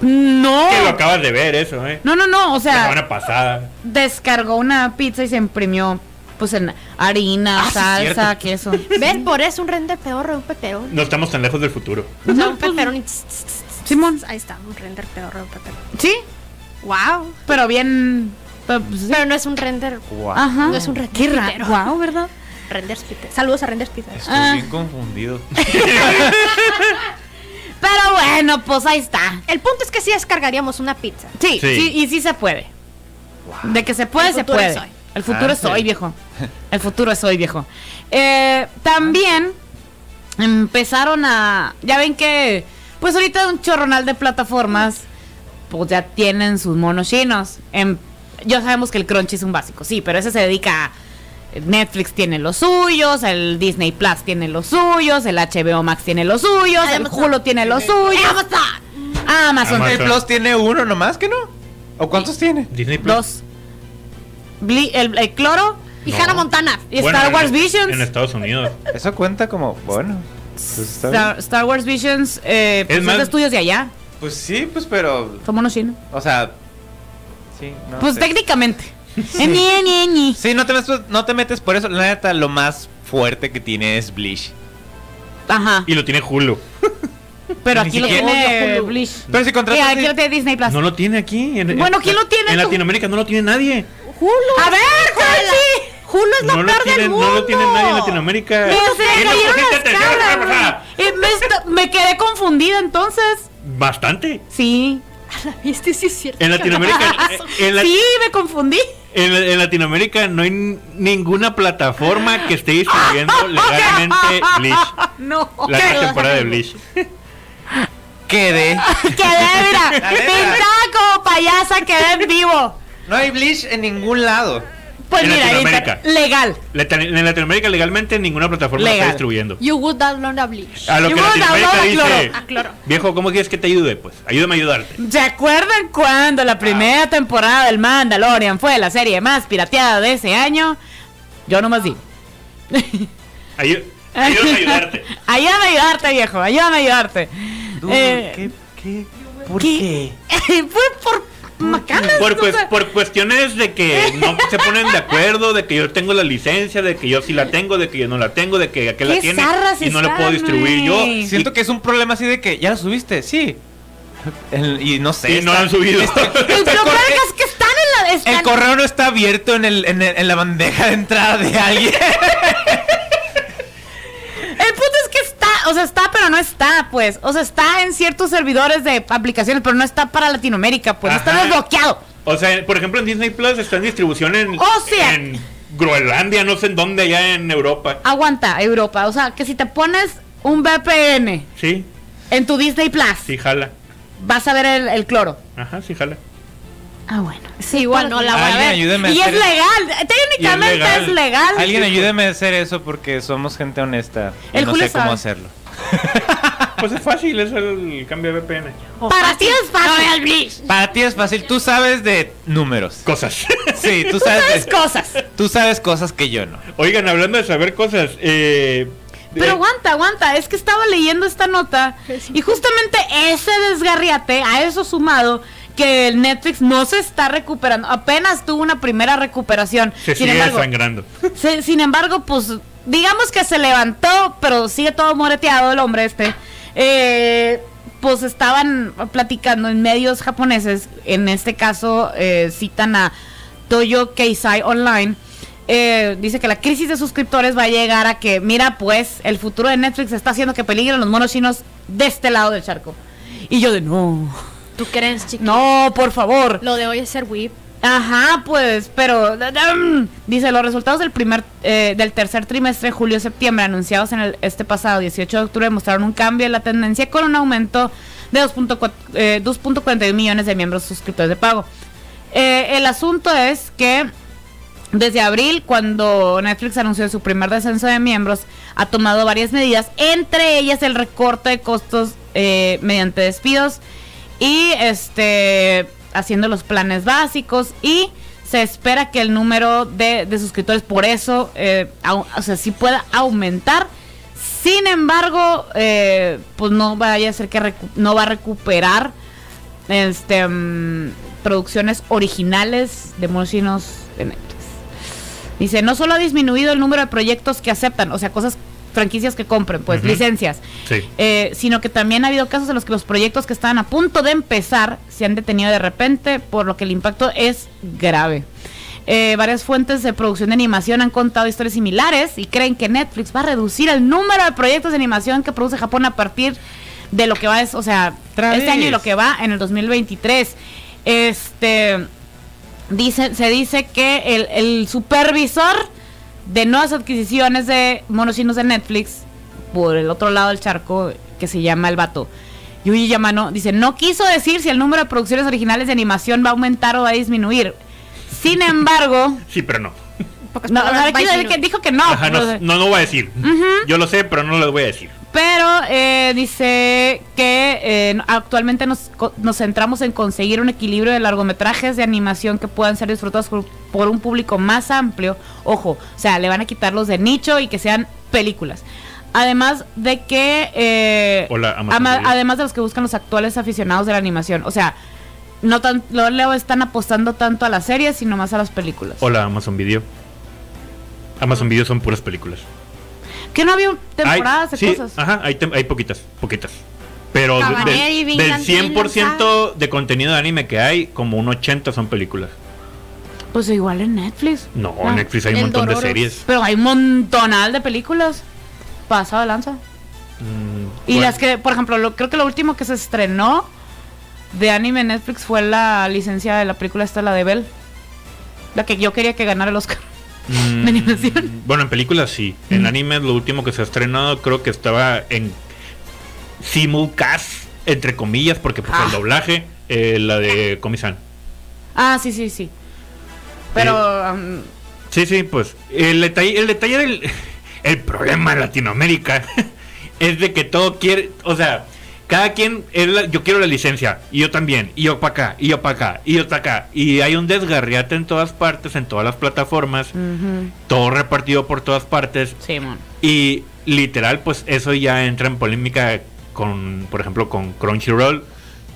A: No.
B: que lo acabas de ver eso, ¿eh?
A: No, no, no. O
B: La
A: sea,
B: semana pasada.
A: descargó una pizza y se imprimió, pues, en harina,
C: Ah, sí,
A: salsa, queso.
D: ¿Ves? Por eso un render pedorro de un pepperoni.
B: No estamos tan lejos del futuro.
D: O sea,
A: No,
D: un
A: pues,
D: pepperoni.
A: Simón.
D: Ahí está, un render pedorro de un pepperoni.
A: Sí,
D: ¡Wow!
A: pero bien. pero, pues, sí.
D: Pero no es un render.
C: Guau.
A: Ajá.
D: No es un
A: Qué
D: render.
A: raro. Wow, ¿verdad?
D: Renders Peter. Saludos a Renders Peter.
C: Estoy
A: Ah.
C: bien confundido.
A: Pero bueno, pues ahí está.
D: El punto es que sí descargaríamos una pizza.
A: Sí,
B: Sí.
A: sí, y sí se puede. De que se puede,
D: El
A: se
D: futuro
A: puede.
D: es hoy.
A: El futuro
C: Ah,
A: es hoy,
C: sí.
A: viejo. El futuro es hoy, viejo. Eh, también empezaron a. Ya ven que. Pues ahorita un chorronal de plataformas. Pues ya tienen sus monos chinos. Em, ya sabemos que el Crunchy es un básico, sí, pero ese se dedica a. Netflix tiene los suyos, el Disney Plus tiene los suyos, el HBO Max tiene los suyos, el
D: Amazon.
A: Hulu tiene los suyos. Amazon. Amazon.
B: Amazon.
C: Disney Plus tiene uno nomás que no. ¿O cuántos tiene?
B: Disney Plus.
A: Dos. Bli- el, el cloro
D: Y
B: No.
D: Hannah Montana.
A: y
B: Bueno,
A: Star
B: en-
A: Wars Visions.
B: En Estados Unidos.
C: Eso cuenta como, bueno. pues está bien.
A: Star, Star Wars Visions eh, pues,
B: Es
A: son
B: más-
A: de estudios de allá.
C: Pues sí, pues pero.
A: Somos unos chinos.
C: O sea. Sí,
B: Ah,
C: no.
A: pues
C: sé.
A: técnicamente. Eh, ñe, ñe, ñe.
C: Sí, no te, metes, no te metes por eso. La neta, lo más fuerte que tiene es Bleach.
A: Ajá.
B: Y lo tiene Hulu.
A: Pero
B: ni
A: aquí lo
B: siquiera-
A: tiene
D: Odio Hulu.
A: Bleach.
C: Pero si
A: Y
C: contratas.
A: aquí lo tiene Disney Plus.
B: No lo tiene aquí. en- en-
A: Bueno, ¿quién lo tiene
B: En
A: tú?
B: Latinoamérica no lo tiene nadie.
A: A ver, Crunchy.
D: Hulu es lo
B: no,
D: peor
B: lo
D: del
B: tiene,
D: mundo.
B: no lo tiene nadie en Latinoamérica.
A: Me se
B: ¿Quién lo
A: cayeron
B: pusiste
A: las
B: atención la semana
A: caras,
B: pasada?
A: güey. Y me, esta- me quedé confundida entonces.
B: Bastante.
A: Sí.
D: Este sí es
C: Eh.
D: cierto.
B: En Latinoamérica. eh, en- en la-
A: Sí, me confundí.
B: En, en Latinoamérica no hay n- ninguna plataforma que esté distribuyendo legalmente Bleach.
A: No.
B: La nueva temporada de Bleach.
C: Quedé.
A: Quedé, mira,
C: La neta.
A: pintada como payasa, quedé en vivo.
C: No hay Bleach en ningún lado.
A: Pues
B: En
A: mira, ahí está,
B: Latinoamérica.
A: legal.
B: Lata- en Latinoamérica legalmente ninguna plataforma la está
A: Legal.
B: distribuyendo.
E: You would download a bleach.
B: A lo
A: Yo
B: que
A: voy a
B: Latinoamérica
A: download a
B: dice,
A: cloro, a
B: viejo, ¿cómo quieres que te ayude? Pues, ayúdame a ayudarte.
A: ¿Se acuerdan cuando la primera temporada del Mandalorian fue la serie más pirateada de ese año? Yo nomás digo.
B: Ayú- ayúdame a ayudarte.
A: ayúdame a ayudarte, viejo, ayúdame a ayudarte. Eh,
C: ¿Qué?
A: ¿qué? Fue por macanas.
B: Por,
A: o
B: cues-
A: sea,
B: por cuestiones de que no se ponen de acuerdo, de que yo tengo la licencia, de que yo sí la tengo, de que yo no la tengo, de que aquel la
A: Qué
B: tiene
A: zarras
B: y no la puedo
A: están,
B: distribuir yo.
A: güey.
C: Siento que es un problema así de que ya lo subiste, sí. El- y no sé.
B: Y no la han subido.
A: el
C: este
A: problema
C: corte-
A: es que están en la.
C: El
A: están-
C: correo no está abierto en, el, en, el- en la bandeja de entrada de alguien.
A: El punto es que está, o sea, está, pero no está, pues. O sea, está en ciertos servidores de aplicaciones, pero no está para Latinoamérica, pues. Está
B: Ajá.
A: desbloqueado.
B: O sea, por ejemplo, en Disney Plus está en distribución en,
A: O sea.
B: en Groenlandia, no sé en dónde, allá en Europa.
A: Aguanta, Europa. O sea, que si te pones un VPN
B: Sí,
A: en tu Disney Plus,
B: sí, jala.
A: vas a ver el, el cloro.
B: Ajá, sí, jala.
A: Ah, bueno. Sí,
D: Igual no la voy a
C: Alguien
D: ver.
C: ayúdeme a
A: Y es
C: hacer-
A: legal. Técnicamente
B: Y es legal.
A: es legal.
C: Alguien ayúdeme a hacer eso porque somos gente honesta. y
A: El
C: no
A: Julio
C: sé cómo
A: sabe.
C: hacerlo.
B: Pues es fácil, es el cambio de VPN.
A: Para ti es fácil.
C: Para ti es fácil, tú sabes de números.
B: Cosas.
C: Sí, tú
A: Tú sabes
C: sabes, de-
A: cosas.
C: tú sabes cosas que yo no.
B: Oigan, hablando de saber cosas, eh,
A: Pero
B: eh,
A: aguanta, aguanta, es que estaba leyendo esta nota y justamente ese desgarriate, a eso sumado, que el Netflix no se está recuperando, apenas tuvo una primera recuperación.
B: se
A: sin,
B: sigue
A: embargo,
B: desangrando.
A: se- sin embargo, pues digamos que se levantó, pero sigue todo moreteado el hombre este. Eh, pues estaban platicando en medios japoneses, en este caso eh, citan a Toyo Keisai Online. eh, dice que la crisis de suscriptores va a llegar a que, mira, pues el futuro de Netflix está haciendo que peligren los monos chinos de este lado del charco. Y yo de no,
E: ¿Tú crees, chiquito?
A: no, por favor.
D: Lo de hoy es ser whip.
A: Ajá, pues, pero dadam. dice los resultados del primer eh, del tercer trimestre julio-septiembre anunciados en el, este pasado 18 de octubre mostraron un cambio en la tendencia con un aumento de 2.4, eh, 2.41 millones de miembros suscriptores de pago. Eh, el asunto es que desde abril, cuando Netflix anunció su primer descenso de miembros, ha tomado varias medidas, entre ellas el recorte de costos eh, mediante despidos y este haciendo los planes básicos y se espera que el número de, de suscriptores por eso, eh, au- o sea, sí pueda aumentar. Sin embargo, eh, pues no vaya a ser que recu- no va a recuperar este mm, producciones originales de monos chinos de Netflix. Dice, no solo ha disminuido el número de proyectos que aceptan, o sea, cosas, franquicias que compren, pues,
B: Ujú.
A: licencias,
B: Sí.
A: eh, sino que también ha habido casos en los que los proyectos que estaban a punto de empezar se han detenido de repente, por lo que el impacto es grave. Eh, varias fuentes de producción de animación han contado historias similares y creen que Netflix va a reducir el número de proyectos de animación que produce Japón a partir de lo que va, es, o sea,
C: Otra
A: este año y
C: vez.
A: lo que va en el 2023. Este dice, se dice que el, el supervisor de nuevas adquisiciones de monosinos de Netflix por el otro lado del charco que se llama El Vato. Yuji Yamano dice, no quiso decir si el número de producciones originales de animación va a aumentar o va a disminuir. Sin embargo,
B: Sí, pero no.
D: Pocas
A: no,
D: palabras,
A: no, quiso decir
D: bye,
A: que
D: Gino.
A: dijo que Ah, no.
B: Ajá,
A: pero-
B: no, no lo voy a decir. Yo lo sé, pero no lo voy a decir.
A: pero eh, dice que eh, no- actualmente nos, co- nos centramos en conseguir un equilibrio de largometrajes de animación que puedan ser disfrutados por, por un público más amplio. Ojo, o sea, le van a quitar los de nicho y que sean películas. Además de que... eh,
B: Hola, Amazon
A: ama-
B: Video.
A: además de los que buscan los actuales aficionados de la animación. O sea, no tan, no le están apostando tanto a las series, sino más a las películas.
B: Hola, Amazon Video. Amazon Video son puras películas.
A: Que no había un-
B: Hay-
A: temporadas de
B: sí,
A: cosas.
B: Ajá, hay, tem- hay poquitas, poquitas. Pero de-
E: Cabaneri,
B: del- del
E: Vinland Saga.
B: 100% de contenido de anime que hay, como un 80 son películas.
A: Pues igual en Netflix.
B: No,
A: Ah.
B: en Netflix hay un
E: el
B: montón de
E: Dororo.
B: series.
A: Pero hay un montonal de películas. Pasado de lanza.
B: Mm,
A: Y
B: ¿cuál?
A: las que, por ejemplo, lo- creo que lo último que se estrenó de anime en Netflix fue la licencia de la película esta, la de Bell. La que yo quería que ganara el Oscar.
B: Mm,
A: de animación. Mm.
B: Bueno, en películas sí. En anime lo último que se ha estrenado creo que estaba en simulcast, entre comillas, porque pues, el doblaje, eh, la de Comisan.
A: Ah, sí, sí, sí. Pero...
B: Eh.
A: um,
B: Sí, sí, pues el detalle, el detalle del el problema en Latinoamérica es de que todo quiere, o sea, cada quien, es la- yo quiero la licencia, y yo también, y yo para acá, y yo para acá, y yo para acá, y hay un desgarriate en todas partes, en todas las plataformas,
A: Mm. um, ujú.
B: todo repartido por todas partes,
A: Sí, mon.
B: y literal, pues eso ya entra en polémica con, por ejemplo, con Crunchyroll,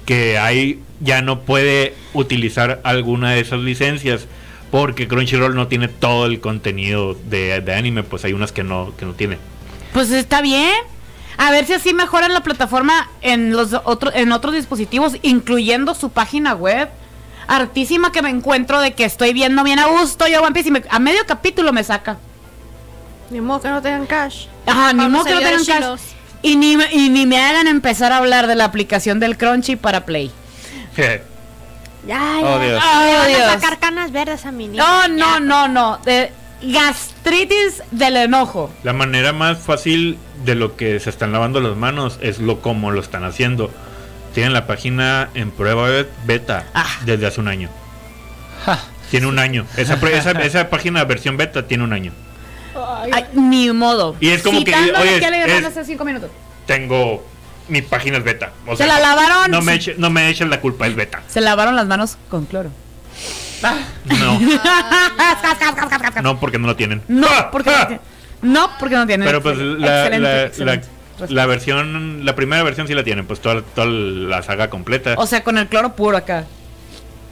B: que ahí ya no puede utilizar alguna de esas licencias, porque Crunchyroll no tiene todo el contenido de, de anime, pues hay unas que no, que no tiene.
A: Pues está bien. A ver si así mejoran la plataforma en los otros en otros dispositivos, incluyendo su página web. Artísima que me encuentro de que estoy viendo bien a gusto yo One Piece y me- a medio capítulo me saca.
D: Ni modo que no tengan cash.
A: Ajá, ni
E: Pablo
A: modo que
E: se
A: no
E: vio de
A: tengan caso.
E: chilos.
A: Y ni, me- y ni me hagan empezar a hablar de la aplicación del Crunchy para Play.
D: Ya,
C: Oh,
D: ya.
C: Dios.
D: Le
A: ¡Oh,
D: van a
A: Dios!
D: sacar canas verdes a mi niño.
A: Oh, No, no, no, no. De gastritis del enojo.
B: La manera más fácil de lo que se están lavando las manos es lo como lo están haciendo. Tienen la página en prueba beta
A: Ah.
B: desde hace un año. Tiene un año. Esa, pro- esa, esa página versión beta tiene un año.
A: Ay, ni modo.
B: Y es como que,
A: Citando a
B: oye,
A: Raquel
B: es-
A: Hernández hace cinco minutos.
B: Tengo mi página es beta. O
A: Se la lavaron.
B: No me,
A: Sí.
B: eche- no me echen la culpa, es beta.
A: Se lavaron las manos con cloro.
B: No, no porque no lo tienen.
A: No,
B: ¡Ah!
A: porque
B: ¡Ah!
A: no tiene- no, porque no tienen.
B: Pero pues
A: Excel-
B: la,
A: excelente,
B: la-
A: excelente
B: la-
A: respuesta.
B: la versión, la primera versión sí la tienen, pues toda, toda la saga completa.
A: O sea, con el cloro puro acá.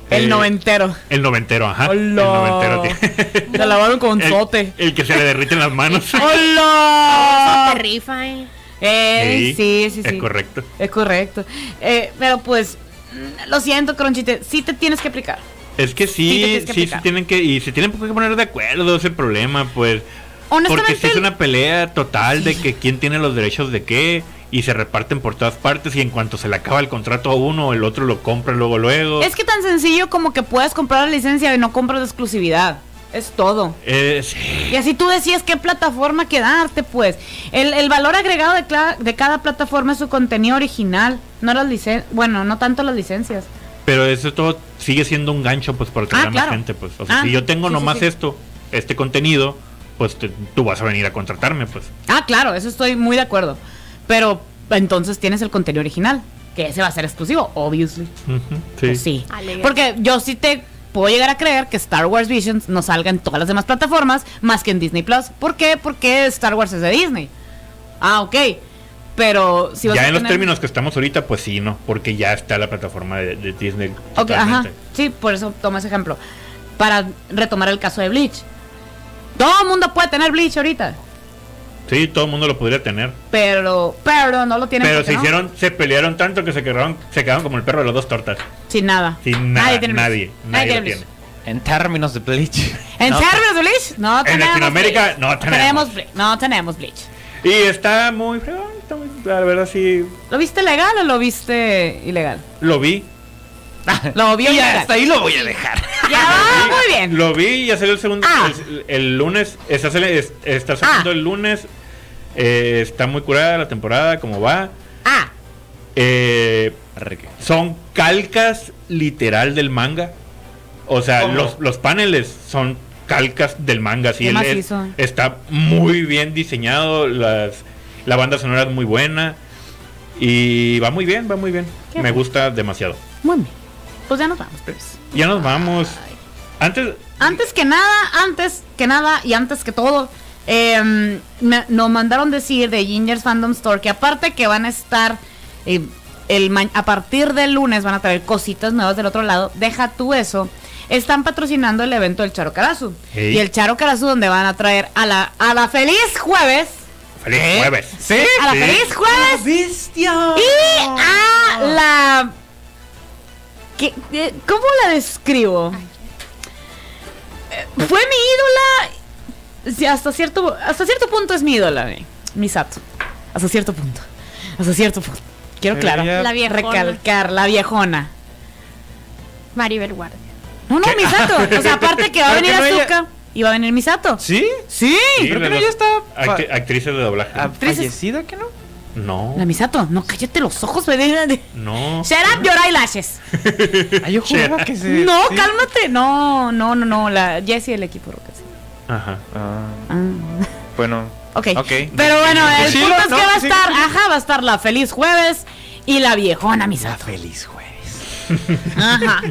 A: El
B: Eh,
A: noventero.
B: El noventero, ajá. El
A: ¡Hola!
B: noventero tiene.
A: Se lavaron con
B: El,
A: sote.
B: el que se le derriten las manos.
A: ¡Hola!
D: Te rifa, eh.
A: Ey, sí, sí, sí.
B: Es correcto.
A: Es correcto. Eh, pero pues, mm, lo siento, Cronchite, sí te tienes que aplicar.
B: Es que
A: Sí, te tienes
B: sí,
A: que
B: sí, se
A: aplicar.
B: tienen que, y se tienen que poner de acuerdo ese problema, pues. Porque
A: Honestamente,
B: si es una pelea total de que quién tiene los derechos de qué y se reparten por todas partes y en cuanto se le acaba el contrato a uno, el otro lo compra luego luego.
A: es que tan sencillo como que puedes comprar la licencia y no compras la exclusividad. Es todo.
B: Eh, sí.
A: Y así tú decías qué plataforma quedarte, pues. El, el valor agregado de, cla- de cada plataforma es su contenido original, no las licen bueno, no tanto las licencias.
B: Pero eso todo sigue siendo un gancho pues para atraer a más
A: claro.
B: gente, pues. O sea,
A: Ah,
B: si yo tengo
A: sí, sí,
B: nomás
A: sí.
B: esto, este contenido, pues te- tú vas a venir a contratarme, pues.
A: Ah, claro, eso estoy muy de acuerdo. Pero entonces tienes el contenido original, que ese va a ser exclusivo, obviously.
B: Ujú,
A: Pues Sí.
D: Alegre.
A: Porque yo sí te puedo llegar a creer que Star Wars Visions no salga en todas las demás plataformas más que en Disney Plus. ¿Por qué? Porque Star Wars es de Disney. Ah, ok. Pero si vas
B: ya
A: a
B: en los
A: tener-
B: términos que estamos ahorita, pues sí, no, porque ya está la plataforma de, de Disney.
A: Ok, ajá.
B: totalmente.
A: Sí, por eso tomo ese ejemplo. Para retomar el caso de Bleach. Todo el mundo puede tener Bleach ahorita.
B: Sí, todo el mundo lo podría tener.
A: Pero, pero no lo tienen.
B: Pero
A: porque
B: se
A: no.
B: hicieron, se pelearon tanto que se quedaron, se quedaron como el perro de las dos tortas.
A: Sin nada.
B: Sin nada, nadie,
A: tiene Bleach.
B: nadie, lo
A: Bleach.
B: tiene.
C: En términos de Bleach.
A: ¿En
C: No,
A: términos de Bleach? No
B: En
A: tenemos
B: Latinoamérica,
A: Bleach.
B: no tenemos.
A: Bleach. No tenemos Bleach.
B: Y está muy fregón, está muy- la verdad sí
A: ¿Lo viste legal o lo viste ilegal?
B: lo vi.
A: Ah, Lo vio
C: y
A: ilegal.
C: hasta ahí lo voy a dejar.
A: Ya va, Ah, muy bien.
B: Lo vi y hacer el segundo
A: Ah.
B: el, el lunes, está, sali- es- está saliendo
A: Ah.
B: el lunes. eh, está muy curada la temporada, como va.
A: Ah,
B: Eh,
C: Arregue.
B: son calcas literal del manga. O sea,
C: ¿Cómo?
B: los, los paneles son calcas del manga. Sí,
A: Qué
B: él es-
A: macizo.
B: está muy bien diseñado. Las, la banda sonora es muy buena. Y va muy bien, va muy bien.
A: Qué
B: Me
A: bueno.
B: gusta demasiado.
A: muy bien. Pues ya nos vamos, Pepsi.
B: Ya nos vamos. Antes,
A: Antes que nada, antes que nada y antes que todo, em, me- nos mandaron decir de Ginger's Fandom Store que aparte que van a estar eh, el ma- a partir del lunes van a traer cositas nuevas del otro lado, deja tú eso. Están patrocinando el evento del Charo Carazu.
B: Ey.
A: Y el Charo Carazu donde van a traer a la, a la feliz jueves.
B: feliz
A: ¿Eh?
B: jueves.
C: ¿Sí?
A: A la
B: Sí.
A: feliz jueves.
C: ¡Bestia!
A: Y a la. ¿Qué- qué- ¿Cómo la describo? Eh, Fue mi ídola. sí, hasta, cierto, hasta cierto punto es mi ídola, mi, mi Sato. Hasta cierto punto. Hasta cierto punto. Quiero claro.
B: Ella-
E: La viejona.
A: Recalcar, la viejona.
D: Maribel Guardia.
A: No, no, Misato. O sea, aparte que va a
C: Pero
A: venir
C: que no ella-
A: Azuka y va a venir Misato.
C: ¿Sí?
A: Sí.
B: Sí,
C: Pero
B: de
C: que no,
B: los-
C: ya está-
B: acti- actrices de doblaje.
C: ¿Ha
A: Actrices.
C: Ah, fallecido que no?
B: no.
A: La Misato, no, cállate los ojos, bebé.
B: No.
A: Shut up, your eyelashes.
C: Ah, yo juraba que se.
A: no,
C: sí.
A: cálmate. No, no, no, no. La Jessie del equipo Rocket. sí.
B: Ajá.
C: Ah,
A: Ah.
C: bueno.
A: Ok.
C: Ok.
A: Pero bueno, el
C: Sí,
A: punto
C: no,
A: es que
C: no,
A: va a
C: sí.
A: estar, ajá, va a estar la feliz jueves y la viejona
C: La
A: Misato.
C: feliz jueves.
A: Ajá.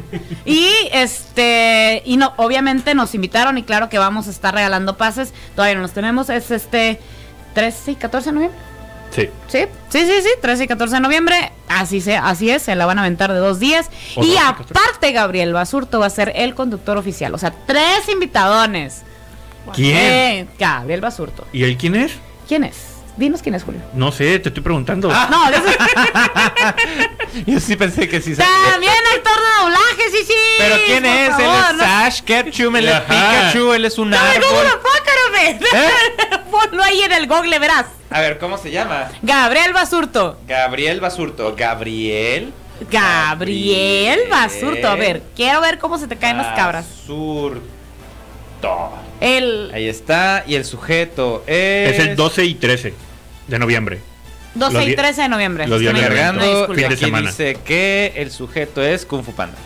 A: Y este y no, obviamente nos invitaron y claro que vamos a estar regalando pases. Todavía no los tenemos. Es este 13 y 14 de noviembre.
B: Sí.
A: Sí, sí, sí, sí, 13 y 14 de noviembre. Así, se, así es, se la van a aventar de dos días.
B: O
A: y
B: 12 y 14.
A: aparte, Gabriel Basurto va a ser el conductor oficial. O sea, tres invitadones.
B: ¿Quién?
A: Eh, Gabriel Basurto.
B: ¿Y él quién es?
A: ¿Quién es? Dinos quién es, Julio.
B: No sé, te estoy preguntando.
A: No, de eso-
C: Yo sí pensé que sí sabía.
A: También actor de doblaje, sí, sí.
C: Pero ¿quién
A: por
C: es? Él
A: favor,
C: es
A: no-
C: Sash Ketchum, él es
B: Ajá.
C: Pikachu, él es un
A: Dame el Google,
C: árbol.
A: pócaro, Ponlo ahí en el Google, verás.
C: A ver, ¿cómo se llama?
A: Gabriel Basurto.
C: Gabriel Basurto. Gabriel.
A: Gabriel Basurto. A ver, quiero ver cómo se te caen las cabras.
C: Basurto.
A: El
C: Ahí está. Y el sujeto es.
B: Es el 12 y 13 de noviembre.
A: 12 y
B: di-
A: 13 de noviembre.
B: lo dio
A: Estoy
B: de
A: encargando,
B: regalo.
A: disculpa.
C: Cargando. Y
B: Fin de
C: aquí
B: semana.
C: dice que el sujeto es Kung Fu Panda.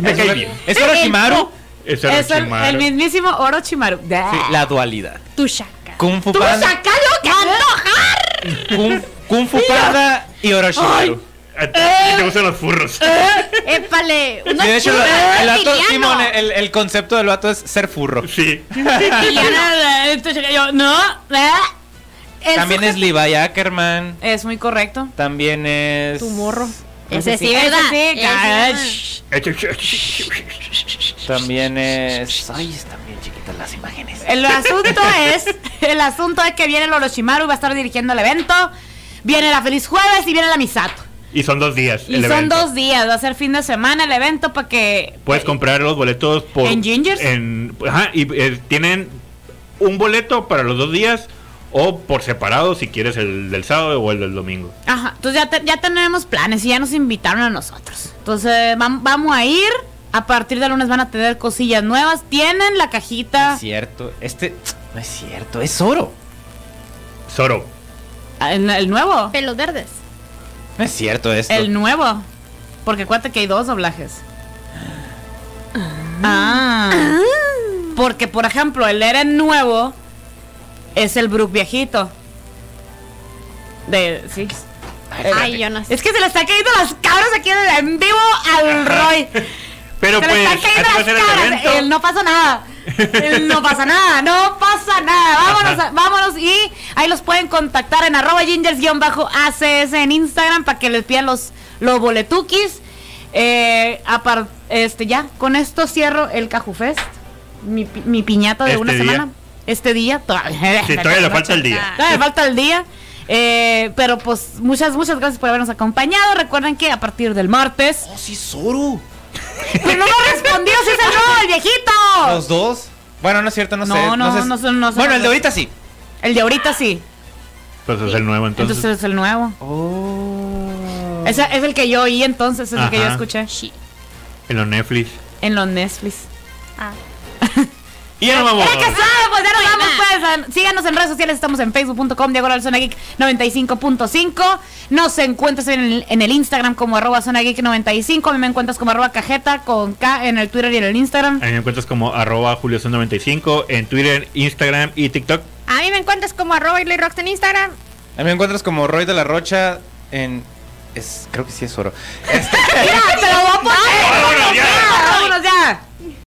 B: Me cae bien.
C: ¿Es Orochimaru?
B: Es el
A: Es el,
B: Orochimaru.
A: el mismísimo Orochimaru.
C: Sí, la dualidad.
D: Tu shaka.
C: Kung Fu
A: Ah. ¡Tú
C: Panda,
A: saca lo que antojar!
C: Kung, Kung Fu Panda y Orochimaru.
B: A ti Te gustan los furros.
A: Eh.
D: Épale. Una
C: Sí, de hecho,
D: chula.
C: el, el vato,
D: Reptiliano.
C: Simón, el, el concepto del vato es ser furro.
B: Sí.
A: Y ya nada, entonces yo, no. ¿verdad?
D: El
C: También es
D: sujeto-
C: Levi Ackerman.
A: Es muy correcto.
C: También es.
D: Tu morro.
A: Ese sí, ese
E: ¿verdad?
A: sí.
E: Ese,
A: ca-
E: ¿verdad?
A: shh.
C: También es. Ay, están bien chiquitas las imágenes.
A: El asunto es, el asunto es que viene el Orochimaru y va a estar dirigiendo el evento. Viene la Feliz Jueves y viene la Misato.
B: Y son dos días.
A: Y
B: el
A: son
B: evento.
A: dos días, va a ser fin de semana el evento para que...
B: Puedes comprar los boletos por.
A: ¿En Gingers?
B: en- ajá, y eh, tienen un boleto para los dos días o por separado si quieres el del sábado o el del domingo.
A: Ajá, entonces ya, te- ya tenemos planes y ya nos invitaron a nosotros. Entonces vam- vamos a ir, a partir de lunes van a tener cosillas nuevas. Tienen la
C: No
A: cajita
C: es cierto. Este. No es cierto, es oro.
B: Zoro.
A: Ah, el, el nuevo.
D: Pelos verdes.
C: No es cierto esto.
A: El nuevo. Porque acuérdate que hay dos doblajes. Ah. Porque, por ejemplo, el Eren nuevo es el Brook viejito. De. Sí.
D: Ay, yo no sé.
A: Es que se le está cayendo las cabras aquí en el- en vivo al Roy.
B: Pero
A: se
B: pues,
A: le están
B: así va a
A: cayendo
B: ser
A: las
B: el
A: cabras.
B: evento.
A: Él no pasa nada. Él no pasa nada, no pasa nada. Vámonos, a- vámonos. Y ahí los pueden contactar en arroba gingers-acs en Instagram para que les pidan los, los boletuquis. Eh, apar- este, ya, con esto cierro el Cajufest. Mi, pi- mi piñata de
B: Este
A: una
B: día.
A: semana. Este día todavía.
B: Sí, todavía le falta el día.
A: Todavía falta el día. Eh, pero pues muchas, muchas gracias por habernos acompañado. Recuerden que a partir del martes.
C: Oh, sí, es oro.
A: Pero no me respondió si es el nuevo, el viejito.
C: ¿Los dos? Bueno, no es cierto, no,
A: Oh. No,
C: sé.
A: no,
C: sé-
A: no son- no son
C: bueno,
A: los
C: el de
A: dos.
C: ahorita sí.
A: El de ahorita sí.
B: Pues es el nuevo
A: Entonces,
B: entonces.
A: es el nuevo.
C: Oh.
A: Ese es el que yo oí entonces, es el que yo
B: Ajá.
A: escuché.
B: en los Netflix.
A: En los Netflix.
B: Y ya nos vamos.
A: ¡Ya que sabe! Pues ya nos vamos, pues. Síganos en redes sociales, estamos en facebook.com, diagonal Zona Geek 95.5. Nos encuentras en el, en el Instagram como arroba Zona Geek 95. A mí me encuentras como arroba cajeta con K en el Twitter y en el Instagram.
B: Ahí me encuentras como arroba julioson95 en Twitter, Instagram y TikTok.
E: A mí me encuentras como arroba Irly Rocks en Instagram.
C: A mí me encuentras como Roy de la Rocha en. Es, creo que sí es oro. Este,
A: ¡Mira, te lo voy a poner!
B: ¡Vámonos, ya!
A: ¡Vámonos,